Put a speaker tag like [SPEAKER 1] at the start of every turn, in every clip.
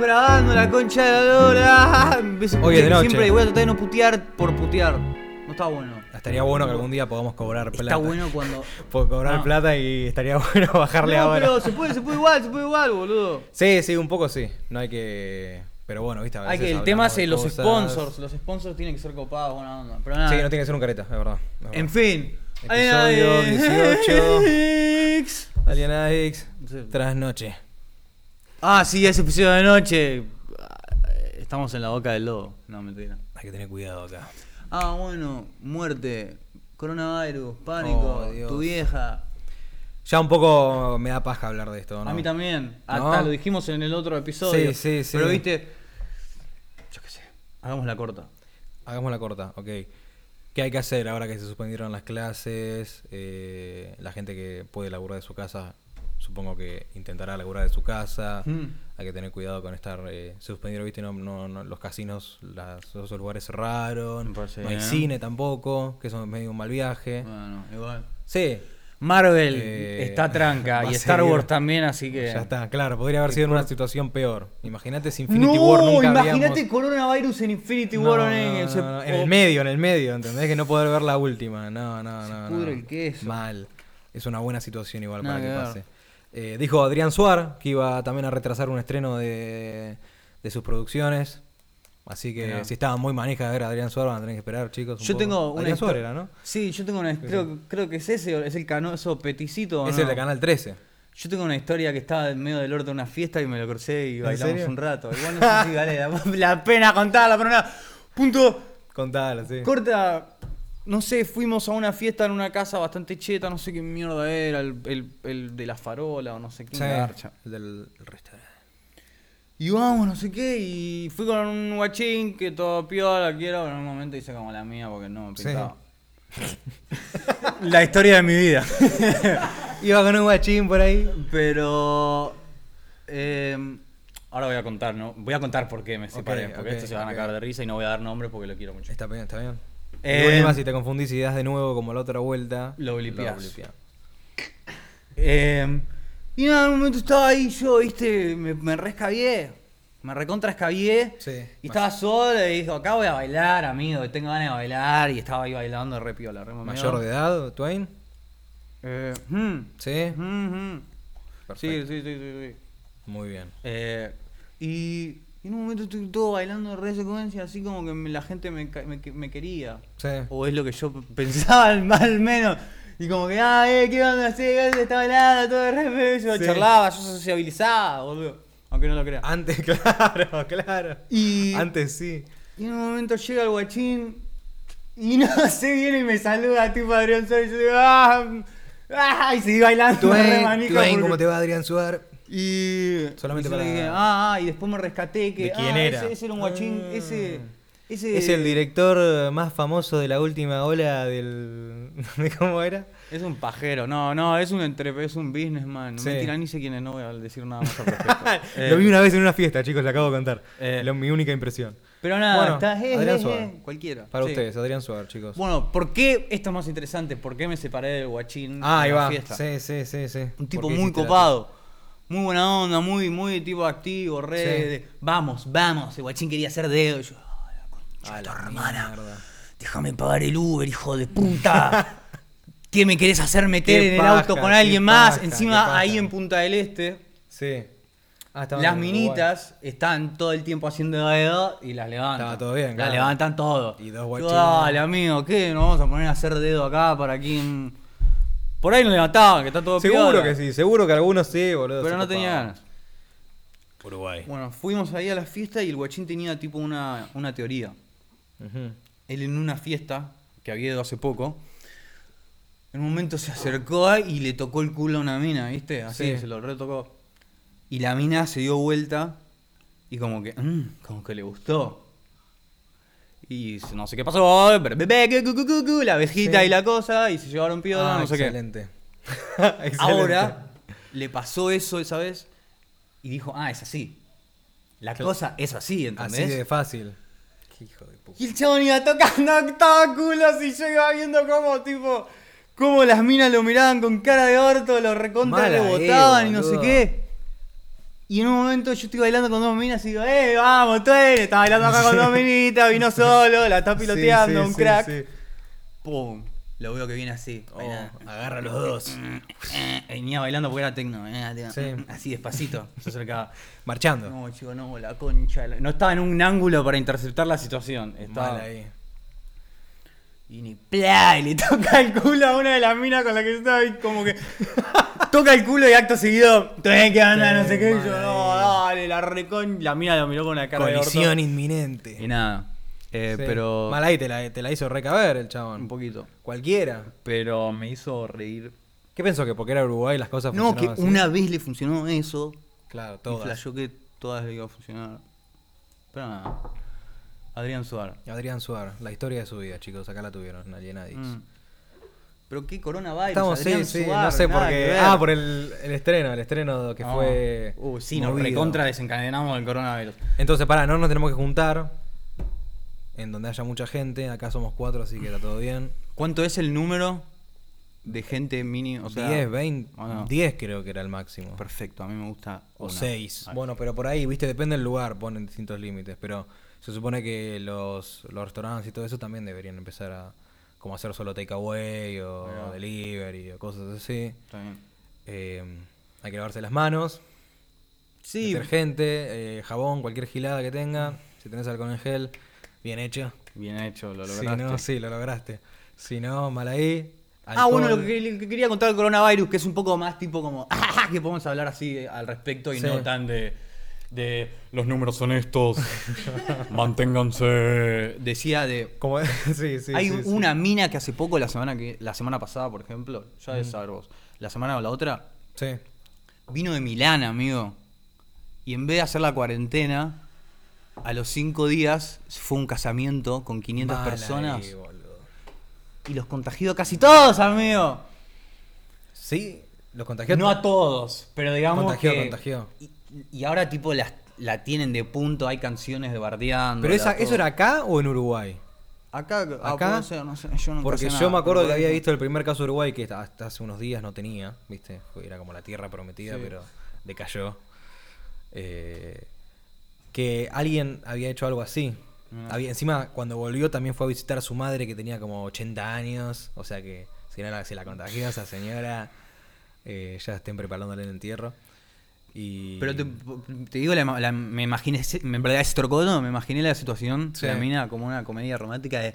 [SPEAKER 1] grabando la concha de la lora.
[SPEAKER 2] Hoy es de noche.
[SPEAKER 1] Siempre voy a tratar de no putear por putear. No está bueno.
[SPEAKER 2] Estaría bueno que algún día podamos cobrar plata.
[SPEAKER 1] Está bueno cuando.
[SPEAKER 2] Por cobrar
[SPEAKER 1] No.
[SPEAKER 2] plata y estaría bueno bajarle
[SPEAKER 1] No,
[SPEAKER 2] ahora.
[SPEAKER 1] pero se puede, se puede igual, se puede igual, boludo.
[SPEAKER 2] Sí, sí, un poco sí. No hay que. Pero bueno, viste. a
[SPEAKER 1] Hay
[SPEAKER 2] veces
[SPEAKER 1] que el
[SPEAKER 2] hablamos
[SPEAKER 1] tema
[SPEAKER 2] de
[SPEAKER 1] es eh, los
[SPEAKER 2] cosas.
[SPEAKER 1] sponsors. Los sponsors tienen que ser copados, buena onda. Pero nada.
[SPEAKER 2] Sí, no tiene que ser un careta, es verdad. es verdad.
[SPEAKER 1] En fin.
[SPEAKER 2] Episodio
[SPEAKER 1] 18.
[SPEAKER 2] Alien X,
[SPEAKER 1] Sí.
[SPEAKER 2] trasnoche.
[SPEAKER 1] Ah, sí, ese episodio de noche. Ah, Estamos en la boca del lobo. No, mentira.
[SPEAKER 2] Hay que tener cuidado acá.
[SPEAKER 1] Ah, bueno, muerte, coronavirus, pánico,
[SPEAKER 2] Oh, Dios.
[SPEAKER 1] tu vieja.
[SPEAKER 2] Ya un poco me da paja hablar de esto, ¿no?
[SPEAKER 1] A mí también.
[SPEAKER 2] ¿No?
[SPEAKER 1] Hasta lo dijimos en el otro episodio.
[SPEAKER 2] Sí, sí, sí.
[SPEAKER 1] Pero viste. Yo qué sé. Hagamos la corta.
[SPEAKER 2] Hagamos la corta, ok. ¿Qué hay que hacer ahora que se suspendieron las clases? Eh, la gente que puede laburar de su casa, supongo que intentará laburar de su casa.
[SPEAKER 1] Mm.
[SPEAKER 2] Hay que tener cuidado con estar eh, suspendido, ¿viste? No, no- no- los casinos, las, los lugares cerraron.
[SPEAKER 1] Me parece
[SPEAKER 2] no hay
[SPEAKER 1] bien. Ah.
[SPEAKER 2] cine tampoco, que eso es medio un mal viaje.
[SPEAKER 1] Bueno, igual.
[SPEAKER 2] Sí,
[SPEAKER 1] Marvel
[SPEAKER 2] Eh,
[SPEAKER 1] está tranca
[SPEAKER 2] va
[SPEAKER 1] y
[SPEAKER 2] a
[SPEAKER 1] Star
[SPEAKER 2] seguir.
[SPEAKER 1] Wars también, así que.
[SPEAKER 2] ya está, claro, podría haber sido en una situación peor. Imagínate si Infinity War
[SPEAKER 1] No,
[SPEAKER 2] nunca
[SPEAKER 1] imagínate
[SPEAKER 2] habíamos-
[SPEAKER 1] coronavirus en Infinity
[SPEAKER 2] No,
[SPEAKER 1] War.
[SPEAKER 2] no,
[SPEAKER 1] en,
[SPEAKER 2] no, no, en el medio, en el medio, ¿entendés? Que no poder ver la última. No, no, no. no.
[SPEAKER 1] pudre el queso.
[SPEAKER 2] Mal. Es una buena situación igual
[SPEAKER 1] Nada
[SPEAKER 2] para que
[SPEAKER 1] que ver.
[SPEAKER 2] pase. Eh, dijo Adrián Suar que iba también a retrasar un estreno de, de sus producciones. Así que
[SPEAKER 1] Mirá.
[SPEAKER 2] si estaban muy manejas de ver a Adrián Suar, van a tener que esperar, chicos. un
[SPEAKER 1] Yo
[SPEAKER 2] poco.
[SPEAKER 1] tengo una.
[SPEAKER 2] Adrián Suar
[SPEAKER 1] histo-
[SPEAKER 2] era, ¿no?
[SPEAKER 1] Sí, yo tengo una. Creo, creo que es ese, o es el canoso peticito. ¿o
[SPEAKER 2] Es
[SPEAKER 1] no?
[SPEAKER 2] el de Canal 13.
[SPEAKER 1] Yo tengo una historia que estaba en medio del orto de una fiesta y me lo crucé y bailamos
[SPEAKER 2] serio?
[SPEAKER 1] un rato. Igual no sé si vale la, la pena contarla, pero nada. Punto.
[SPEAKER 2] Contalo, sí.
[SPEAKER 1] Corta. No sé, fuimos a una fiesta en una casa bastante cheta, no sé qué mierda era, el, el- el de la farola o no sé qué.
[SPEAKER 2] Sí,
[SPEAKER 1] garcha.
[SPEAKER 2] el del restaurante.
[SPEAKER 1] Y vamos, no sé qué, y fui con un guachín que todo piola, quiero, pero en un momento hice como la mía porque no me
[SPEAKER 2] Sí.
[SPEAKER 1] pintaba. la historia de mi vida.
[SPEAKER 2] Iba con un guachín por ahí.
[SPEAKER 1] Pero. eh, ahora voy a contar, ¿no? Voy a contar por qué me separé.
[SPEAKER 2] Ok,
[SPEAKER 1] porque
[SPEAKER 2] ok,
[SPEAKER 1] estos se van
[SPEAKER 2] ok.
[SPEAKER 1] a cagar de risa y no voy a dar nombres porque lo quiero mucho.
[SPEAKER 2] Está bien, está bien.
[SPEAKER 1] Eh,
[SPEAKER 2] Igual, Emma, si te confundís y das de nuevo como la otra vuelta.
[SPEAKER 1] Lo blipeás.
[SPEAKER 2] blipeás.
[SPEAKER 1] Eh, y nada, en un momento estaba ahí yo, viste, me, me re escabié. Me recontra escabié.
[SPEAKER 2] Sí.
[SPEAKER 1] Y estaba sola y dijo, acá voy a bailar, amigo, que tengo ganas de bailar. Y estaba ahí bailando re piola, re mameo.
[SPEAKER 2] Mayor de edad, Twain.
[SPEAKER 1] Eh, mm,
[SPEAKER 2] Sí.
[SPEAKER 1] mm, mm. Sí,
[SPEAKER 2] Perfecto.
[SPEAKER 1] sí, sí, sí, sí.
[SPEAKER 2] Muy bien.
[SPEAKER 1] Eh, y y en un momento estoy todo bailando en re secuencia, así como que me- la gente me, ca- me que- me quería.
[SPEAKER 2] Sí.
[SPEAKER 1] O es lo que yo pensaba al más al menos. Y como que, ah, eh, ¿qué onda? Sí, ¿qué onda? está bailando, todo de re yo
[SPEAKER 2] Sí.
[SPEAKER 1] charlaba, yo sociabilizaba, boludo. Aunque no lo crea.
[SPEAKER 2] Antes, claro, claro.
[SPEAKER 1] Y,
[SPEAKER 2] Antes sí.
[SPEAKER 1] y en un momento llega el guachín y no sé, viene y me saluda, tipo Adrián Suárez, y yo digo, ah, ah, y seguí bailando. re
[SPEAKER 2] Twain,
[SPEAKER 1] manija
[SPEAKER 2] Twain
[SPEAKER 1] porque-
[SPEAKER 2] ¿cómo te va Adrián Suar?
[SPEAKER 1] y.
[SPEAKER 2] Solamente
[SPEAKER 1] y yo
[SPEAKER 2] para-
[SPEAKER 1] le dije, ah, ah, y después me rescaté que.
[SPEAKER 2] ¿De quién
[SPEAKER 1] ah,
[SPEAKER 2] era?
[SPEAKER 1] Ese, ese era un guachín.
[SPEAKER 2] Ah.
[SPEAKER 1] Ese. Ese.
[SPEAKER 2] Es el director más famoso de la última ola del... ¿De cómo era?
[SPEAKER 1] Es un pajero. No, no, es un entre, es un businessman.
[SPEAKER 2] Sí.
[SPEAKER 1] Mentira, ni sé quién es, no voy a decir nada más al respecto. Eh,
[SPEAKER 2] Ah, Lo vi una vez en una fiesta, chicos, le acabo de contar.
[SPEAKER 1] Eh.
[SPEAKER 2] Lo- mi única impresión.
[SPEAKER 1] Pero nada,
[SPEAKER 2] Bueno,
[SPEAKER 1] está, eh,
[SPEAKER 2] Adrián
[SPEAKER 1] eh,
[SPEAKER 2] Suar.
[SPEAKER 1] eh, cualquiera.
[SPEAKER 2] Para
[SPEAKER 1] sí.
[SPEAKER 2] ustedes, Adrián Suar, chicos.
[SPEAKER 1] Bueno, ¿por qué esto es más interesante? ¿Por qué me separé del guachín?
[SPEAKER 2] ah, ahí
[SPEAKER 1] en la
[SPEAKER 2] va.
[SPEAKER 1] fiesta?
[SPEAKER 2] Sí, sí, sí, sí.
[SPEAKER 1] Un
[SPEAKER 2] ¿Por
[SPEAKER 1] tipo
[SPEAKER 2] qué
[SPEAKER 1] muy
[SPEAKER 2] hiciste la-
[SPEAKER 1] copado. Muy buena onda, muy, muy tipo activo, re.
[SPEAKER 2] Sí.
[SPEAKER 1] de, vamos, vamos. El guachín quería hacer dedo. Y yo, "Ah, la concha
[SPEAKER 2] A
[SPEAKER 1] de
[SPEAKER 2] la
[SPEAKER 1] tu hermana.
[SPEAKER 2] mierda.
[SPEAKER 1] Déjame pagar el Uber, hijo de puta. ¿Qué me querés hacer meter
[SPEAKER 2] Qué
[SPEAKER 1] en
[SPEAKER 2] paja,
[SPEAKER 1] el auto con
[SPEAKER 2] qué
[SPEAKER 1] alguien más?
[SPEAKER 2] paja, qué
[SPEAKER 1] Encima,
[SPEAKER 2] paja.
[SPEAKER 1] ahí en Punta del Este,
[SPEAKER 2] Sí. Ah, estaban
[SPEAKER 1] las
[SPEAKER 2] en Uruguay.
[SPEAKER 1] minitas están todo el tiempo haciendo dedo y las levantan.
[SPEAKER 2] Estaba todo bien,
[SPEAKER 1] Las
[SPEAKER 2] claro.
[SPEAKER 1] levantan todo.
[SPEAKER 2] Y dos
[SPEAKER 1] Yo,
[SPEAKER 2] guachines.
[SPEAKER 1] Dale, amigo, ¿qué? Nos vamos a poner a hacer dedo acá para quien. Por ahí nos levantaban, que está todo
[SPEAKER 2] Seguro
[SPEAKER 1] piola.
[SPEAKER 2] que sí, seguro que algunos sí, boludo.
[SPEAKER 1] Pero
[SPEAKER 2] se
[SPEAKER 1] no tenía
[SPEAKER 2] copaban.
[SPEAKER 1] ganas.
[SPEAKER 2] Uruguay.
[SPEAKER 1] Bueno, fuimos ahí a la fiesta y el guachín tenía tipo una, una teoría. él en una fiesta que había ido hace poco, en un momento se acercó y le tocó el culo a una mina, ¿viste? Así,
[SPEAKER 2] Sí.
[SPEAKER 1] se lo retocó. Y la mina se dio vuelta y como que, "Mm", como que le gustó. Y no sé qué pasó, pero bebé, que cu, cu, cu, cu, la abejita
[SPEAKER 2] Sí.
[SPEAKER 1] y la cosa, y se llevaron piola, no sé
[SPEAKER 2] Ah, excelente.
[SPEAKER 1] qué.
[SPEAKER 2] Excelente.
[SPEAKER 1] Ahora le pasó eso esa vez y dijo, ah, es así. La cosa es así, ¿entendés?
[SPEAKER 2] Así de fácil. Qué hijo de puta.
[SPEAKER 1] Y el chabón iba tocando octáculos y yo iba viendo cómo, tipo, cómo las minas lo miraban con cara de orto, lo recontra
[SPEAKER 2] Mala
[SPEAKER 1] le botaban
[SPEAKER 2] Evo,
[SPEAKER 1] y no sé
[SPEAKER 2] boludo.
[SPEAKER 1] qué. Y en un momento yo estoy bailando con dos minas y digo, ¡eh, vamos, tú eres! Estaba bailando acá con dos minitas, vino solo, la está piloteando,
[SPEAKER 2] Sí, sí,
[SPEAKER 1] un
[SPEAKER 2] sí,
[SPEAKER 1] crack.
[SPEAKER 2] sí.
[SPEAKER 1] ¡Pum! Lo veo que viene así.
[SPEAKER 2] Oh,
[SPEAKER 1] bailando.
[SPEAKER 2] agarra los dos.
[SPEAKER 1] eh, Venía bailando porque era tecno. eh, era
[SPEAKER 2] Sí.
[SPEAKER 1] tecno. Así despacito. Se acercaba.
[SPEAKER 2] Marchando.
[SPEAKER 1] No, chico, no, la concha. de la- No estaba en un ángulo para interceptar la situación. Estaba
[SPEAKER 2] Mal ahí.
[SPEAKER 1] Y ni plá, y le toca el culo a una de las minas con la que yo estaba y como que. toca el culo y acto seguido. "Eh, ¿Qué onda? No sé qué. Y yo,
[SPEAKER 2] mal
[SPEAKER 1] no,
[SPEAKER 2] ahí.
[SPEAKER 1] dale, la recon. La mina lo miró con una cara de
[SPEAKER 2] Colisión
[SPEAKER 1] orto.
[SPEAKER 2] inminente.
[SPEAKER 1] Y nada. Eh,
[SPEAKER 2] Sí.
[SPEAKER 1] Pero.
[SPEAKER 2] Mal ahí te la, te la hizo recaber el chabón.
[SPEAKER 1] Un poquito.
[SPEAKER 2] Cualquiera.
[SPEAKER 1] Pero me hizo reír.
[SPEAKER 2] ¿Qué pensó? ¿Que porque era Uruguay las cosas
[SPEAKER 1] No, que
[SPEAKER 2] funcionaban así?
[SPEAKER 1] una vez le funcionó eso.
[SPEAKER 2] Claro,
[SPEAKER 1] Y
[SPEAKER 2] todas.
[SPEAKER 1] flashó que todas le iba a funcionar. Pero nada. Adrián Suárez.
[SPEAKER 2] Adrián Suárez, la historia de su vida, chicos. Acá la tuvieron, Alienadix.
[SPEAKER 1] Mm. Pero qué coronavirus.
[SPEAKER 2] Estamos, sí,
[SPEAKER 1] Adrián
[SPEAKER 2] sí, no
[SPEAKER 1] Suar,
[SPEAKER 2] sé por
[SPEAKER 1] nada que
[SPEAKER 2] qué.
[SPEAKER 1] ver.
[SPEAKER 2] Ah, por el, el estreno, el estreno que
[SPEAKER 1] Ah.
[SPEAKER 2] fue.
[SPEAKER 1] Uh, sí, nos
[SPEAKER 2] movido.
[SPEAKER 1] recontra desencadenamos del coronavirus.
[SPEAKER 2] Entonces, para, no nos tenemos que juntar. En donde haya mucha gente. Acá somos cuatro, así que está todo bien.
[SPEAKER 1] ¿Cuánto es el número de gente mini? O sea,
[SPEAKER 2] 10, 20,
[SPEAKER 1] bueno,
[SPEAKER 2] 10 creo que era el máximo.
[SPEAKER 1] Perfecto, a mí me gusta.
[SPEAKER 2] O
[SPEAKER 1] una.
[SPEAKER 2] 6.
[SPEAKER 1] Ah,
[SPEAKER 2] Bueno, pero por ahí, viste, depende del lugar, ponen distintos límites. Pero se supone que los, los restaurantes y todo eso también deberían empezar a como hacer solo takeaway o
[SPEAKER 1] Ahí va.
[SPEAKER 2] delivery o cosas así.
[SPEAKER 1] está bien.
[SPEAKER 2] Eh, hay que lavarse las manos.
[SPEAKER 1] Sí,
[SPEAKER 2] Detergente, eh, jabón, cualquier gilada que tenga. Si tenés alcohol en gel, bien hecho.
[SPEAKER 1] bien hecho, lo
[SPEAKER 2] Si
[SPEAKER 1] lograste.
[SPEAKER 2] no, sí, lo lograste. Si no, mal ahí.
[SPEAKER 1] Ah, bueno, lo
[SPEAKER 2] Alcohol.
[SPEAKER 1] que, lo que quería contar del coronavirus, que es un poco más tipo como "Ah, que podemos hablar así eh, al respecto y
[SPEAKER 2] Sí.
[SPEAKER 1] no tan de, de
[SPEAKER 3] Los números son estos. Manténganse.
[SPEAKER 1] decía de
[SPEAKER 2] Como, sí, sí,
[SPEAKER 1] Hay
[SPEAKER 2] sí, sí.
[SPEAKER 1] una mina que hace poco, la semana que la semana pasada, por ejemplo, ya
[SPEAKER 2] Mm.
[SPEAKER 1] de saber vos, la semana o la otra,
[SPEAKER 2] Sí.
[SPEAKER 1] vino de Milán, amigo. Y en vez de hacer la cuarentena, a los cinco días fue un casamiento con 500
[SPEAKER 2] Mal ahí,
[SPEAKER 1] personas
[SPEAKER 2] boludo.
[SPEAKER 1] y los contagió a casi todos, amigo.
[SPEAKER 2] Sí, los contagió.
[SPEAKER 1] No a todos, pero digamos
[SPEAKER 2] Contagió,
[SPEAKER 1] que-
[SPEAKER 2] contagió.
[SPEAKER 1] Y, y ahora tipo las la tienen de punto, hay canciones de bardeando.
[SPEAKER 2] Pero esa, eso era acá o en Uruguay?
[SPEAKER 1] acá, ah,
[SPEAKER 2] acá,
[SPEAKER 1] puede ser, no sé, yo nunca sé
[SPEAKER 2] Porque yo
[SPEAKER 1] nada,
[SPEAKER 2] me acuerdo
[SPEAKER 1] pero
[SPEAKER 2] que había
[SPEAKER 1] bueno.
[SPEAKER 2] visto el primer caso de Uruguay que hasta hace unos días no tenía, ¿viste? Fue- Era como la tierra prometida,
[SPEAKER 1] Sí.
[SPEAKER 2] pero decayó. Eh, que alguien había hecho algo así.
[SPEAKER 1] Ah.
[SPEAKER 2] Había, encima, cuando volvió también fue a visitar a su madre que tenía como 80 años. O sea que si no la, si la contagió esa señora, eh, ya estén preparándole el entierro. Y...
[SPEAKER 1] Pero te, te digo, la, la- me imaginé, me, en verdad es trocodo, me imaginé la situación
[SPEAKER 2] Sí.
[SPEAKER 1] de la mina como una comedia romántica de.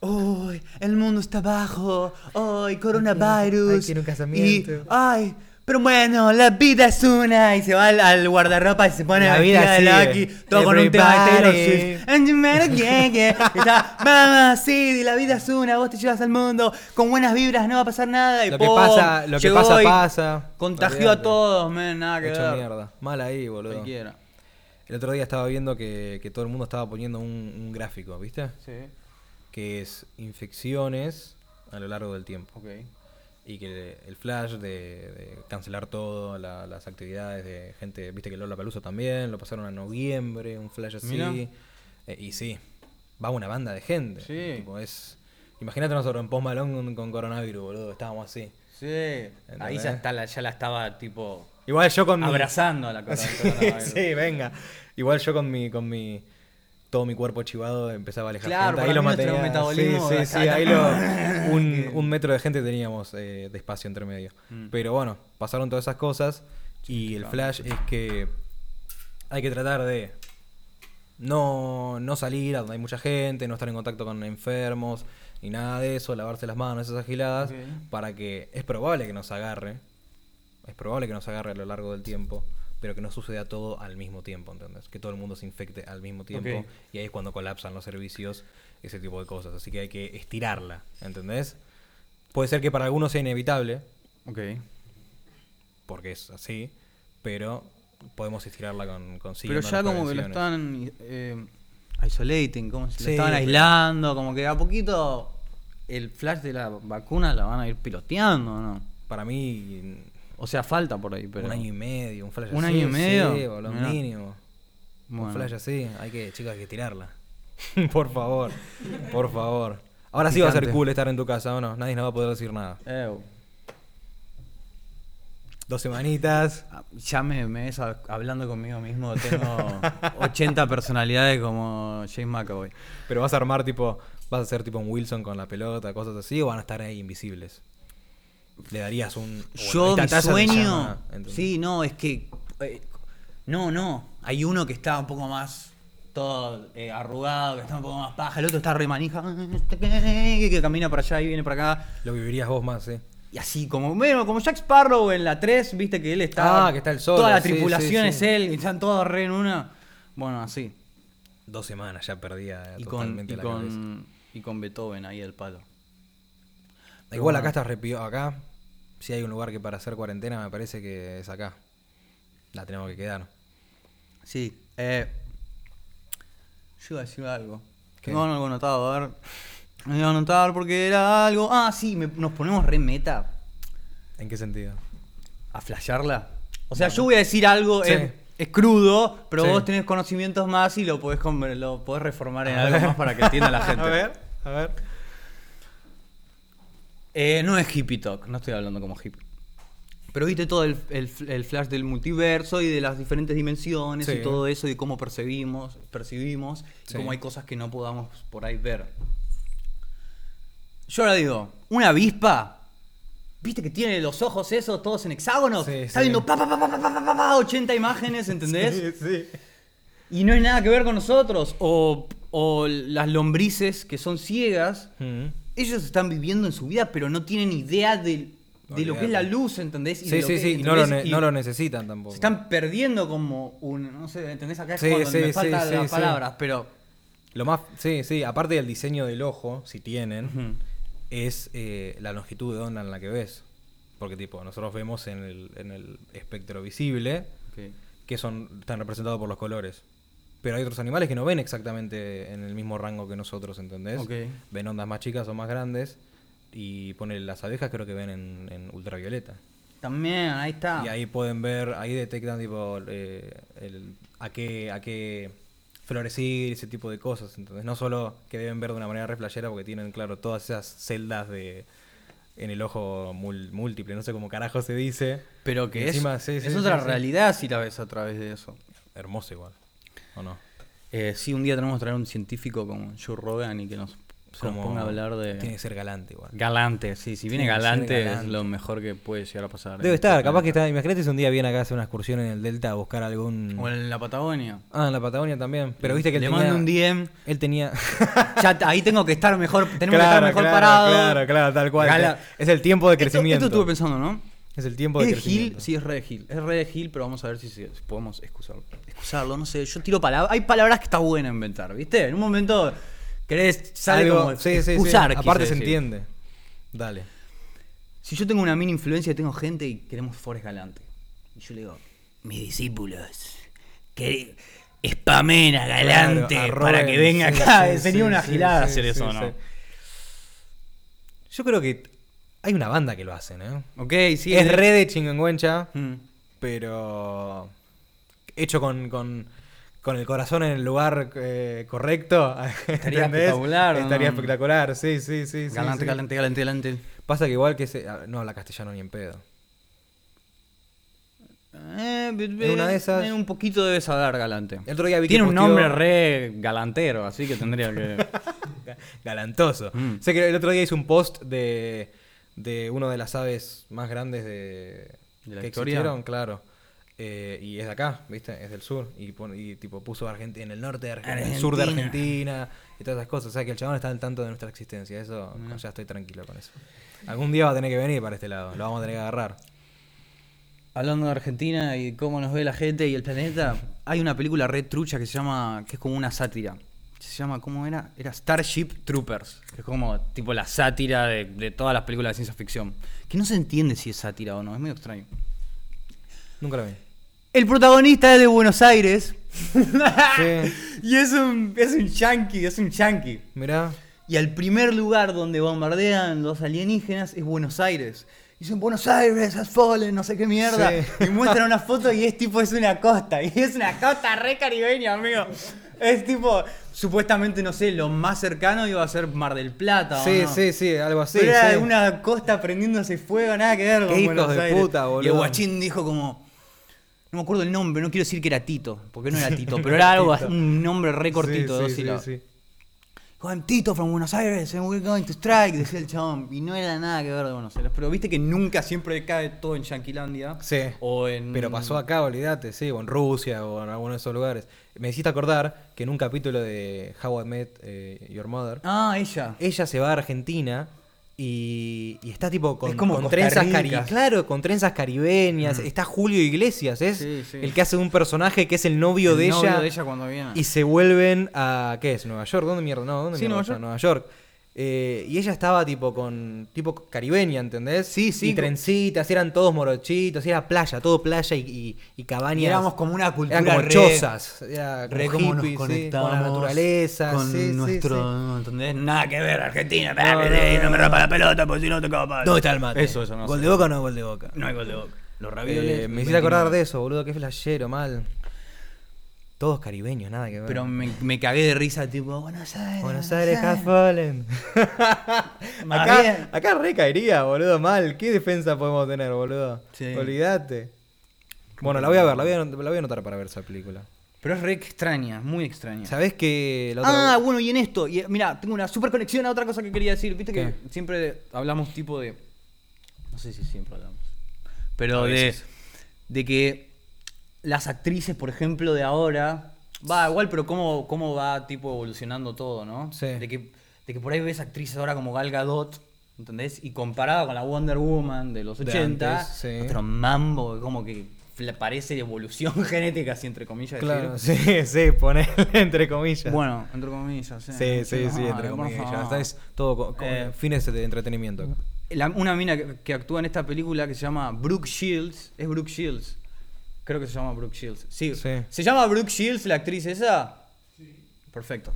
[SPEAKER 1] ¡Uy! El mundo está abajo. ¡Uy! Coronavirus.
[SPEAKER 2] Ay, quiero un casamiento.
[SPEAKER 1] Y, ¡Ay! Pero bueno, la vida es una. Y se va al, al guardarropa y se pone
[SPEAKER 2] La
[SPEAKER 1] la
[SPEAKER 2] vida
[SPEAKER 1] vida de
[SPEAKER 2] sigue.
[SPEAKER 1] Lucky. Todo con un tema de Taylor
[SPEAKER 2] Everybody.
[SPEAKER 1] Swift. And you matter, yeah, yeah. Y está, Mamá, sí, la vida es una. Vos te llevas al mundo. Con buenas vibras no va a pasar nada. Y
[SPEAKER 2] Lo que
[SPEAKER 1] ¡pum!
[SPEAKER 2] pasa- lo que
[SPEAKER 1] Llegó
[SPEAKER 2] pasa,
[SPEAKER 1] y
[SPEAKER 2] pasa.
[SPEAKER 1] Contagió
[SPEAKER 2] Olvídate.
[SPEAKER 1] a todos, men. Nada que
[SPEAKER 2] Hecho
[SPEAKER 1] ver.
[SPEAKER 2] mierda. Mal ahí, boludo.
[SPEAKER 1] Cualquiera.
[SPEAKER 2] El otro día estaba viendo que, que todo el mundo estaba poniendo un, un gráfico, ¿viste?
[SPEAKER 1] Sí,
[SPEAKER 2] Que es infecciones a lo largo del tiempo.
[SPEAKER 1] ok.
[SPEAKER 2] Y que el flash de, de cancelar todo, la- las actividades de gente, viste que Lola Paluso también, lo pasaron a noviembre, un flash así.
[SPEAKER 1] Mirá.
[SPEAKER 2] Eh, y sí, va una banda de gente.
[SPEAKER 1] Sí.
[SPEAKER 2] Tipo, es, imagínate nosotros en Post Malone con, con coronavirus, boludo, estábamos así.
[SPEAKER 1] Sí. Ahí ya,
[SPEAKER 2] ¿Entendés?
[SPEAKER 1] está la, ya la estaba tipo
[SPEAKER 2] Igual yo
[SPEAKER 1] Ah,
[SPEAKER 2] con mi-
[SPEAKER 1] abrazando a la cosa.
[SPEAKER 2] Sí, sí, venga. Igual yo con mi, con mi, todo mi cuerpo chivado empezaba a alejar
[SPEAKER 1] Claro,
[SPEAKER 2] gente.
[SPEAKER 1] para mí nuestro metabolismo
[SPEAKER 2] ah, sí, sí,
[SPEAKER 1] acá
[SPEAKER 2] sí, ahí lo-
[SPEAKER 1] también.
[SPEAKER 2] un, un metro de gente teníamos eh, de espacio entre medio. Pero bueno, pasaron todas esas cosas y el flash es que hay que tratar de no, no salir a donde hay mucha gente, no estar en contacto con enfermos ni nada de eso, lavarse las manos, esas agiladas,
[SPEAKER 1] Ok.
[SPEAKER 2] para que es probable que nos agarre, es probable que nos agarre a lo largo del tiempo, pero que no suceda todo al mismo tiempo, ¿entendés? Que todo el mundo se infecte al mismo tiempo
[SPEAKER 1] Ok.
[SPEAKER 2] y ahí es cuando colapsan los servicios, ese tipo de cosas, así que hay que estirarla, ¿entendés? Puede ser que para algunos sea inevitable,
[SPEAKER 1] Ok.
[SPEAKER 2] porque es así, pero podemos estirarla con, con
[SPEAKER 1] Pero
[SPEAKER 2] siguiendo
[SPEAKER 1] ya
[SPEAKER 2] las
[SPEAKER 1] como que lo
[SPEAKER 2] prevenciones.
[SPEAKER 1] están eh, isolating, como si
[SPEAKER 2] Sí,
[SPEAKER 1] lo estaban
[SPEAKER 2] pero-
[SPEAKER 1] aislando, como que de a poquito el flash de la vacuna la van a ir piloteando, ¿no?
[SPEAKER 2] Para mí,
[SPEAKER 1] O sea, falta por ahí, pero.
[SPEAKER 2] un año y medio, un flash
[SPEAKER 1] ¿Un
[SPEAKER 2] así.
[SPEAKER 1] año y medio?
[SPEAKER 2] Sí, boludo,
[SPEAKER 1] Mirá.
[SPEAKER 2] mínimo.
[SPEAKER 1] Bueno.
[SPEAKER 2] Un flash así, hay que, chicos, hay que tirarla. por favor, por favor. Ahora sí va a ser
[SPEAKER 1] Picante.
[SPEAKER 2] cool estar en tu casa, ¿o no? Nadie nos va a poder decir nada.
[SPEAKER 1] Ew.
[SPEAKER 2] Dos semanitas.
[SPEAKER 1] Ah, Ya me, me ves a- hablando conmigo mismo, tengo 80 personalidades como James McAvoy.
[SPEAKER 2] Pero vas a armar tipo. Vas a ser tipo un Wilson con la pelota, cosas así, o van a estar ahí invisibles. Le darías un.
[SPEAKER 1] Yo,
[SPEAKER 2] bueno,
[SPEAKER 1] mi
[SPEAKER 2] Taza se
[SPEAKER 1] sueño.
[SPEAKER 2] llama, entonces.
[SPEAKER 1] sí, no, es que. eh, no, no. Hay uno que está un poco más. Todo eh, arrugado, que está un poco más paja. El otro está re manija. Que camina para allá y viene para acá.
[SPEAKER 2] Lo vivirías vos más, ¿eh? sí.
[SPEAKER 1] Y así, como, bueno, como Jack Sparrow en la 3, viste que él está.
[SPEAKER 2] Ah, que está él solo,
[SPEAKER 1] Toda la
[SPEAKER 2] sí,
[SPEAKER 1] tripulación
[SPEAKER 2] sí,
[SPEAKER 1] es
[SPEAKER 2] sí.
[SPEAKER 1] él, y están todos re en una. Bueno, así.
[SPEAKER 2] Dos semanas ya perdía
[SPEAKER 1] Y con,
[SPEAKER 2] totalmente
[SPEAKER 1] y,
[SPEAKER 2] la cabeza.
[SPEAKER 1] con, y con Beethoven ahí del palo.
[SPEAKER 2] Igual acá estás repio. Acá, si hay un lugar que para hacer cuarentena, me parece que es acá. La tenemos que quedar.
[SPEAKER 1] Sí. Eh, yo iba a decir algo.
[SPEAKER 2] ¿Qué?
[SPEAKER 1] No, no lo anotado, a ver. No iba a anotar porque era algo. Ah, sí, me- nos ponemos re meta
[SPEAKER 2] ¿En qué sentido?
[SPEAKER 1] a flashearla. O sea, yo voy a decir algo,
[SPEAKER 2] Sí.
[SPEAKER 1] es, es crudo, pero
[SPEAKER 2] Sí.
[SPEAKER 1] vos tenés conocimientos más y lo podés, con- lo podés reformar en algo más para que entienda la gente.
[SPEAKER 2] a ver, a ver.
[SPEAKER 1] Eh, no es hippie talk, no estoy hablando como hippie. Pero viste todo el, el- el flash del multiverso y de las diferentes dimensiones
[SPEAKER 2] Sí.
[SPEAKER 1] y todo eso y cómo percibimos, percibimos y
[SPEAKER 2] Sí.
[SPEAKER 1] cómo hay cosas que no podamos por ahí ver. Yo ahora digo, una avispa, viste que tiene los ojos esos todos en hexágonos,
[SPEAKER 2] Sí,
[SPEAKER 1] está
[SPEAKER 2] sí.
[SPEAKER 1] viendo pa, pa, pa, pa, pa, pa, pa, pa, 80 imágenes, ¿entendés?
[SPEAKER 2] Sí, sí.
[SPEAKER 1] Y no hay nada que ver con nosotros. O, o las lombrices que son ciegas,
[SPEAKER 2] Mm.
[SPEAKER 1] ellos están viviendo en su vida, pero no tienen idea de, de lo que es la
[SPEAKER 2] Olvídate.
[SPEAKER 1] luz, ¿entendés? Y de
[SPEAKER 2] Sí,
[SPEAKER 1] lo
[SPEAKER 2] sí,
[SPEAKER 1] que-
[SPEAKER 2] sí, no lo,
[SPEAKER 1] ¿entendés?
[SPEAKER 2] ne-
[SPEAKER 1] Y
[SPEAKER 2] no lo necesitan tampoco.
[SPEAKER 1] Se están perdiendo como un. No sé, ¿entendés? Acá es
[SPEAKER 2] Sí,
[SPEAKER 1] cuando
[SPEAKER 2] sí,
[SPEAKER 1] me
[SPEAKER 2] sí,
[SPEAKER 1] faltan
[SPEAKER 2] sí,
[SPEAKER 1] las
[SPEAKER 2] sí.
[SPEAKER 1] palabras, pero.
[SPEAKER 2] Lo más, sí, sí, aparte del diseño del ojo, si tienen, es eh, la longitud de onda en la que ves. Porque tipo, nosotros vemos en el, en el espectro visible que son están representados por los colores. Pero hay otros animales que no ven exactamente en el mismo rango que nosotros, ¿entendés?
[SPEAKER 1] Ok.
[SPEAKER 2] Ven ondas más chicas o más grandes. Y pone las abejas creo que ven en, en ultravioleta.
[SPEAKER 1] También, ahí está.
[SPEAKER 2] Y ahí pueden ver, ahí detectan tipo eh, el- a qué a qué florecir, ese tipo de cosas. Entonces, no solo que deben ver de una manera reflejera porque tienen, claro, todas esas celdas de en el ojo mul- múltiple, no sé cómo carajo se dice.
[SPEAKER 1] Pero que
[SPEAKER 2] Y
[SPEAKER 1] es,
[SPEAKER 2] encima, sí,
[SPEAKER 1] es
[SPEAKER 2] sí, sí,
[SPEAKER 1] otra
[SPEAKER 2] sí.
[SPEAKER 1] realidad si la ves a través de eso.
[SPEAKER 2] Hermoso igual, ¿o no?
[SPEAKER 1] Eh, sí, un día tenemos que traer un científico como Joe Rogan y que nos, se
[SPEAKER 2] Como-
[SPEAKER 1] nos ponga a hablar de.
[SPEAKER 2] Tiene que ser galante igual.
[SPEAKER 1] Galante, sí, si viene
[SPEAKER 2] Tiene que ser
[SPEAKER 1] galante, es
[SPEAKER 2] galante.
[SPEAKER 1] lo mejor que puede llegar a pasar. este
[SPEAKER 2] Debe estar, capaz que está. Imagínate si un día viene acá a hacer una excursión en el Delta a buscar algún.
[SPEAKER 1] O en la Patagonia.
[SPEAKER 2] Ah, en la Patagonia también. Pero viste que él
[SPEAKER 1] Le
[SPEAKER 2] tenía.
[SPEAKER 1] mando un DM.
[SPEAKER 2] Él tenía.
[SPEAKER 1] Ya, ahí tengo que estar mejor, tenemos que estar mejor
[SPEAKER 2] claro,
[SPEAKER 1] parado.
[SPEAKER 2] Claro, claro, tal cual.
[SPEAKER 1] Gala-
[SPEAKER 2] Es el tiempo de
[SPEAKER 1] Esto,
[SPEAKER 2] crecimiento.
[SPEAKER 1] esto estuve pensando, ¿no?
[SPEAKER 2] Es el tiempo
[SPEAKER 1] ¿Es
[SPEAKER 2] de
[SPEAKER 1] de Gil?
[SPEAKER 2] crecimiento.
[SPEAKER 1] Sí, es re de Gil. Es re de Gil, pero vamos a ver si, se- si podemos excusarlo. Excusarlo, no sé. Yo tiro palabras. Hay palabras que está bueno inventar, ¿viste? En un momento querés sale
[SPEAKER 2] Algo-
[SPEAKER 1] como
[SPEAKER 2] sí, sí, sí.
[SPEAKER 1] excusar, quise
[SPEAKER 2] Aparte se
[SPEAKER 1] decir.
[SPEAKER 2] entiende. Dale.
[SPEAKER 1] Si yo tengo una mini influencia y tengo gente y queremos Forrest Galante. Y yo le digo, mis discípulos, que spamen a Galante
[SPEAKER 2] Claro, arroben,
[SPEAKER 1] para que venga
[SPEAKER 2] sí,
[SPEAKER 1] acá.
[SPEAKER 2] sí,
[SPEAKER 1] Sería
[SPEAKER 2] sí,
[SPEAKER 1] una
[SPEAKER 2] sí,
[SPEAKER 1] gilada
[SPEAKER 2] sí,
[SPEAKER 1] hacer
[SPEAKER 2] sí,
[SPEAKER 1] eso,
[SPEAKER 2] sí.
[SPEAKER 1] ¿no?
[SPEAKER 2] Yo creo que hay una banda que lo hacen, ¿eh?
[SPEAKER 1] Ok, sí.
[SPEAKER 2] es re de chingüengüencha,
[SPEAKER 1] Mm.
[SPEAKER 2] pero. hecho con. con con el corazón en el lugar eh, correcto.
[SPEAKER 1] Estaría
[SPEAKER 2] ¿entendés?
[SPEAKER 1] espectacular, ¿no?
[SPEAKER 2] Estaría espectacular, sí, sí, sí. sí,
[SPEAKER 1] Galante,
[SPEAKER 2] sí.
[SPEAKER 1] galante, galante, galante.
[SPEAKER 2] Pasa que igual que se. ah, No habla castellano ni en pedo.
[SPEAKER 1] Eh,
[SPEAKER 2] En una de esas-
[SPEAKER 1] eh, Un poquito debe saber galante.
[SPEAKER 2] El otro día vi que
[SPEAKER 1] Tiene un
[SPEAKER 2] posteó-
[SPEAKER 1] nombre re galantero, así que tendría que.
[SPEAKER 2] Galantoso.
[SPEAKER 1] Mm.
[SPEAKER 2] Sé que el otro día hice un post de, de una de las aves más grandes de,
[SPEAKER 1] ¿De la
[SPEAKER 2] que
[SPEAKER 1] historia?
[SPEAKER 2] existieron, claro. Eh, y es de acá, ¿viste? Es del sur. Y, pon- y tipo puso Argenti- en el norte de Argentina, en el sur de
[SPEAKER 1] Argentina.
[SPEAKER 2] Argentina y todas esas cosas. O sea que el chabón está al tanto de nuestra existencia. Eso ya estoy tranquilo con eso. Algún día va a tener que venir para este lado. Lo vamos a tener que agarrar.
[SPEAKER 1] Hablando de Argentina y cómo nos ve la gente y el planeta, hay una película re trucha que se llama, que es como una sátira. Se llama, ¿cómo era? Era Starship Troopers, que es como tipo la sátira de, de todas las películas de ciencia ficción. Que no se entiende si es sátira o no, es medio extraño.
[SPEAKER 2] Nunca lo vi.
[SPEAKER 1] El protagonista es de Buenos Aires.
[SPEAKER 2] Sí.
[SPEAKER 1] y es un, es un yankee, es un yankee.
[SPEAKER 2] Mirá.
[SPEAKER 1] Y al primer lugar donde bombardean los alienígenas es Buenos Aires. Y Dicen Buenos Aires, has fallen, no sé qué mierda.
[SPEAKER 2] Sí.
[SPEAKER 1] Y muestran una foto y es tipo, es una costa. Y es una costa re caribeña, amigo. Es tipo, supuestamente, no sé, lo más cercano iba a ser Mar del Plata. ¿o
[SPEAKER 2] Sí,
[SPEAKER 1] no?
[SPEAKER 2] sí, sí, algo así.
[SPEAKER 1] Pero era
[SPEAKER 2] sí.
[SPEAKER 1] una costa prendiéndose fuego, nada que ver con
[SPEAKER 2] Qué hijos
[SPEAKER 1] Buenos
[SPEAKER 2] de
[SPEAKER 1] Aires.
[SPEAKER 2] puta, boludo.
[SPEAKER 1] Y el guachín dijo como. No me acuerdo el nombre, no quiero decir que era Tito, porque no era Tito, pero era algo, así, un nombre re cortito,
[SPEAKER 2] Sí,
[SPEAKER 1] dos
[SPEAKER 2] sí,
[SPEAKER 1] sílabas.
[SPEAKER 2] sí, sí.
[SPEAKER 1] Dijo, "I'm Tito from Buenos Aires, and we're going to strike, decía el chabón. Y no era nada que ver de Buenos Aires. Pero viste que nunca siempre cae todo en Yanquilandia.
[SPEAKER 2] Sí.
[SPEAKER 1] O en.
[SPEAKER 2] Pero pasó acá, olvídate, sí, o en Rusia o en alguno de esos lugares. Me hiciste acordar que en un capítulo de How I Met eh, Your Mother,
[SPEAKER 1] Ah, ella.
[SPEAKER 2] ella se va a Argentina y, y está tipo con,
[SPEAKER 1] Es como
[SPEAKER 2] con
[SPEAKER 1] Costa
[SPEAKER 2] trenzas
[SPEAKER 1] Rica. Mm.
[SPEAKER 2] cari- claro, con trenzas caribeñas. Está Julio Iglesias, es
[SPEAKER 1] Sí, sí.
[SPEAKER 2] el que hace un personaje que es el novio,
[SPEAKER 1] El
[SPEAKER 2] de,
[SPEAKER 1] novio
[SPEAKER 2] ella,
[SPEAKER 1] de ella cuando viene.
[SPEAKER 2] Y se vuelven a ¿qué es? Nueva York, ¿dónde mierda? No, ¿dónde
[SPEAKER 1] Sí,
[SPEAKER 2] mierda
[SPEAKER 1] Nueva
[SPEAKER 2] está?
[SPEAKER 1] York.
[SPEAKER 2] Nueva York. Eh, y ella estaba tipo con tipo caribeña, ¿entendés?
[SPEAKER 1] Sí, sí.
[SPEAKER 2] Y trencitas, eran todos morochitos, era playa, todo playa y, y, y cabañas.
[SPEAKER 1] Éramos como una cultura
[SPEAKER 2] eran como
[SPEAKER 1] re-
[SPEAKER 2] chozas, era como
[SPEAKER 1] Re como nos
[SPEAKER 2] hippie, sí,
[SPEAKER 1] conectamos
[SPEAKER 2] con la naturaleza,
[SPEAKER 1] con
[SPEAKER 2] sí, Eh, sí,
[SPEAKER 1] nuestro,
[SPEAKER 2] sí.
[SPEAKER 1] ¿no? ¿entendés? Nada que ver, Argentina,
[SPEAKER 2] No, no, no,
[SPEAKER 1] no me
[SPEAKER 2] no.
[SPEAKER 1] rompa la pelota, porque si no tocaba palo.
[SPEAKER 2] ¿Dónde está el mate?
[SPEAKER 1] Eso, eso no
[SPEAKER 2] ¿Gol
[SPEAKER 1] sé.
[SPEAKER 2] de boca o no gol de boca?
[SPEAKER 1] No hay gol de boca. Los ravioles.
[SPEAKER 2] Eh, me
[SPEAKER 1] 29.
[SPEAKER 2] hiciste acordar de eso, boludo, qué flashero, mal. Todos caribeños, nada que ver.
[SPEAKER 1] Pero me, me cagué de risa, tipo, Buenos Aires.
[SPEAKER 2] Buenos Aires has fallen.
[SPEAKER 1] Más bien.
[SPEAKER 2] acá, acá re caería, boludo, mal. ¿Qué defensa podemos tener, boludo?
[SPEAKER 1] Sí.
[SPEAKER 2] Olvídate. Bueno, la voy a ver, la voy a, la voy a anotar para ver esa película.
[SPEAKER 1] Pero es re extraña, muy extraña.
[SPEAKER 2] ¿Sabés que la otra-
[SPEAKER 1] Ah, bueno, y en esto, y, mira, tengo una super conexión a otra cosa que quería decir. Viste
[SPEAKER 2] ¿Qué?
[SPEAKER 1] que siempre hablamos tipo de. No sé si siempre hablamos. Pero
[SPEAKER 2] A
[SPEAKER 1] de.
[SPEAKER 2] veces.
[SPEAKER 1] De que las actrices, por ejemplo, de ahora. Va igual, pero cómo, cómo va tipo evolucionando todo, ¿no?
[SPEAKER 2] Sí.
[SPEAKER 1] De que, de que por ahí ves actrices ahora como Gal Gadot, ¿entendés? Y comparada con la Wonder Woman de los
[SPEAKER 2] De
[SPEAKER 1] 80,
[SPEAKER 2] antes, sí.
[SPEAKER 1] otro mambo, como que fla- parece evolución genética, así entre comillas.
[SPEAKER 2] Claro,
[SPEAKER 1] decir.
[SPEAKER 2] sí, sí, poner entre comillas.
[SPEAKER 1] Bueno, entre comillas, sí.
[SPEAKER 2] Sí, sí, sí,
[SPEAKER 1] Ay,
[SPEAKER 2] entre
[SPEAKER 1] por
[SPEAKER 2] comillas.
[SPEAKER 1] favor.
[SPEAKER 2] Sabés, todo con, con
[SPEAKER 1] Eh.
[SPEAKER 2] fines de entretenimiento.
[SPEAKER 1] La- una mina que, que actúa en esta película que se llama Brooke Shields. Es Brooke Shields. Creo que se llama Brooke Shields. Sí.
[SPEAKER 2] Sí.
[SPEAKER 1] ¿Se llama Brooke Shields la actriz esa? Sí. Perfecto.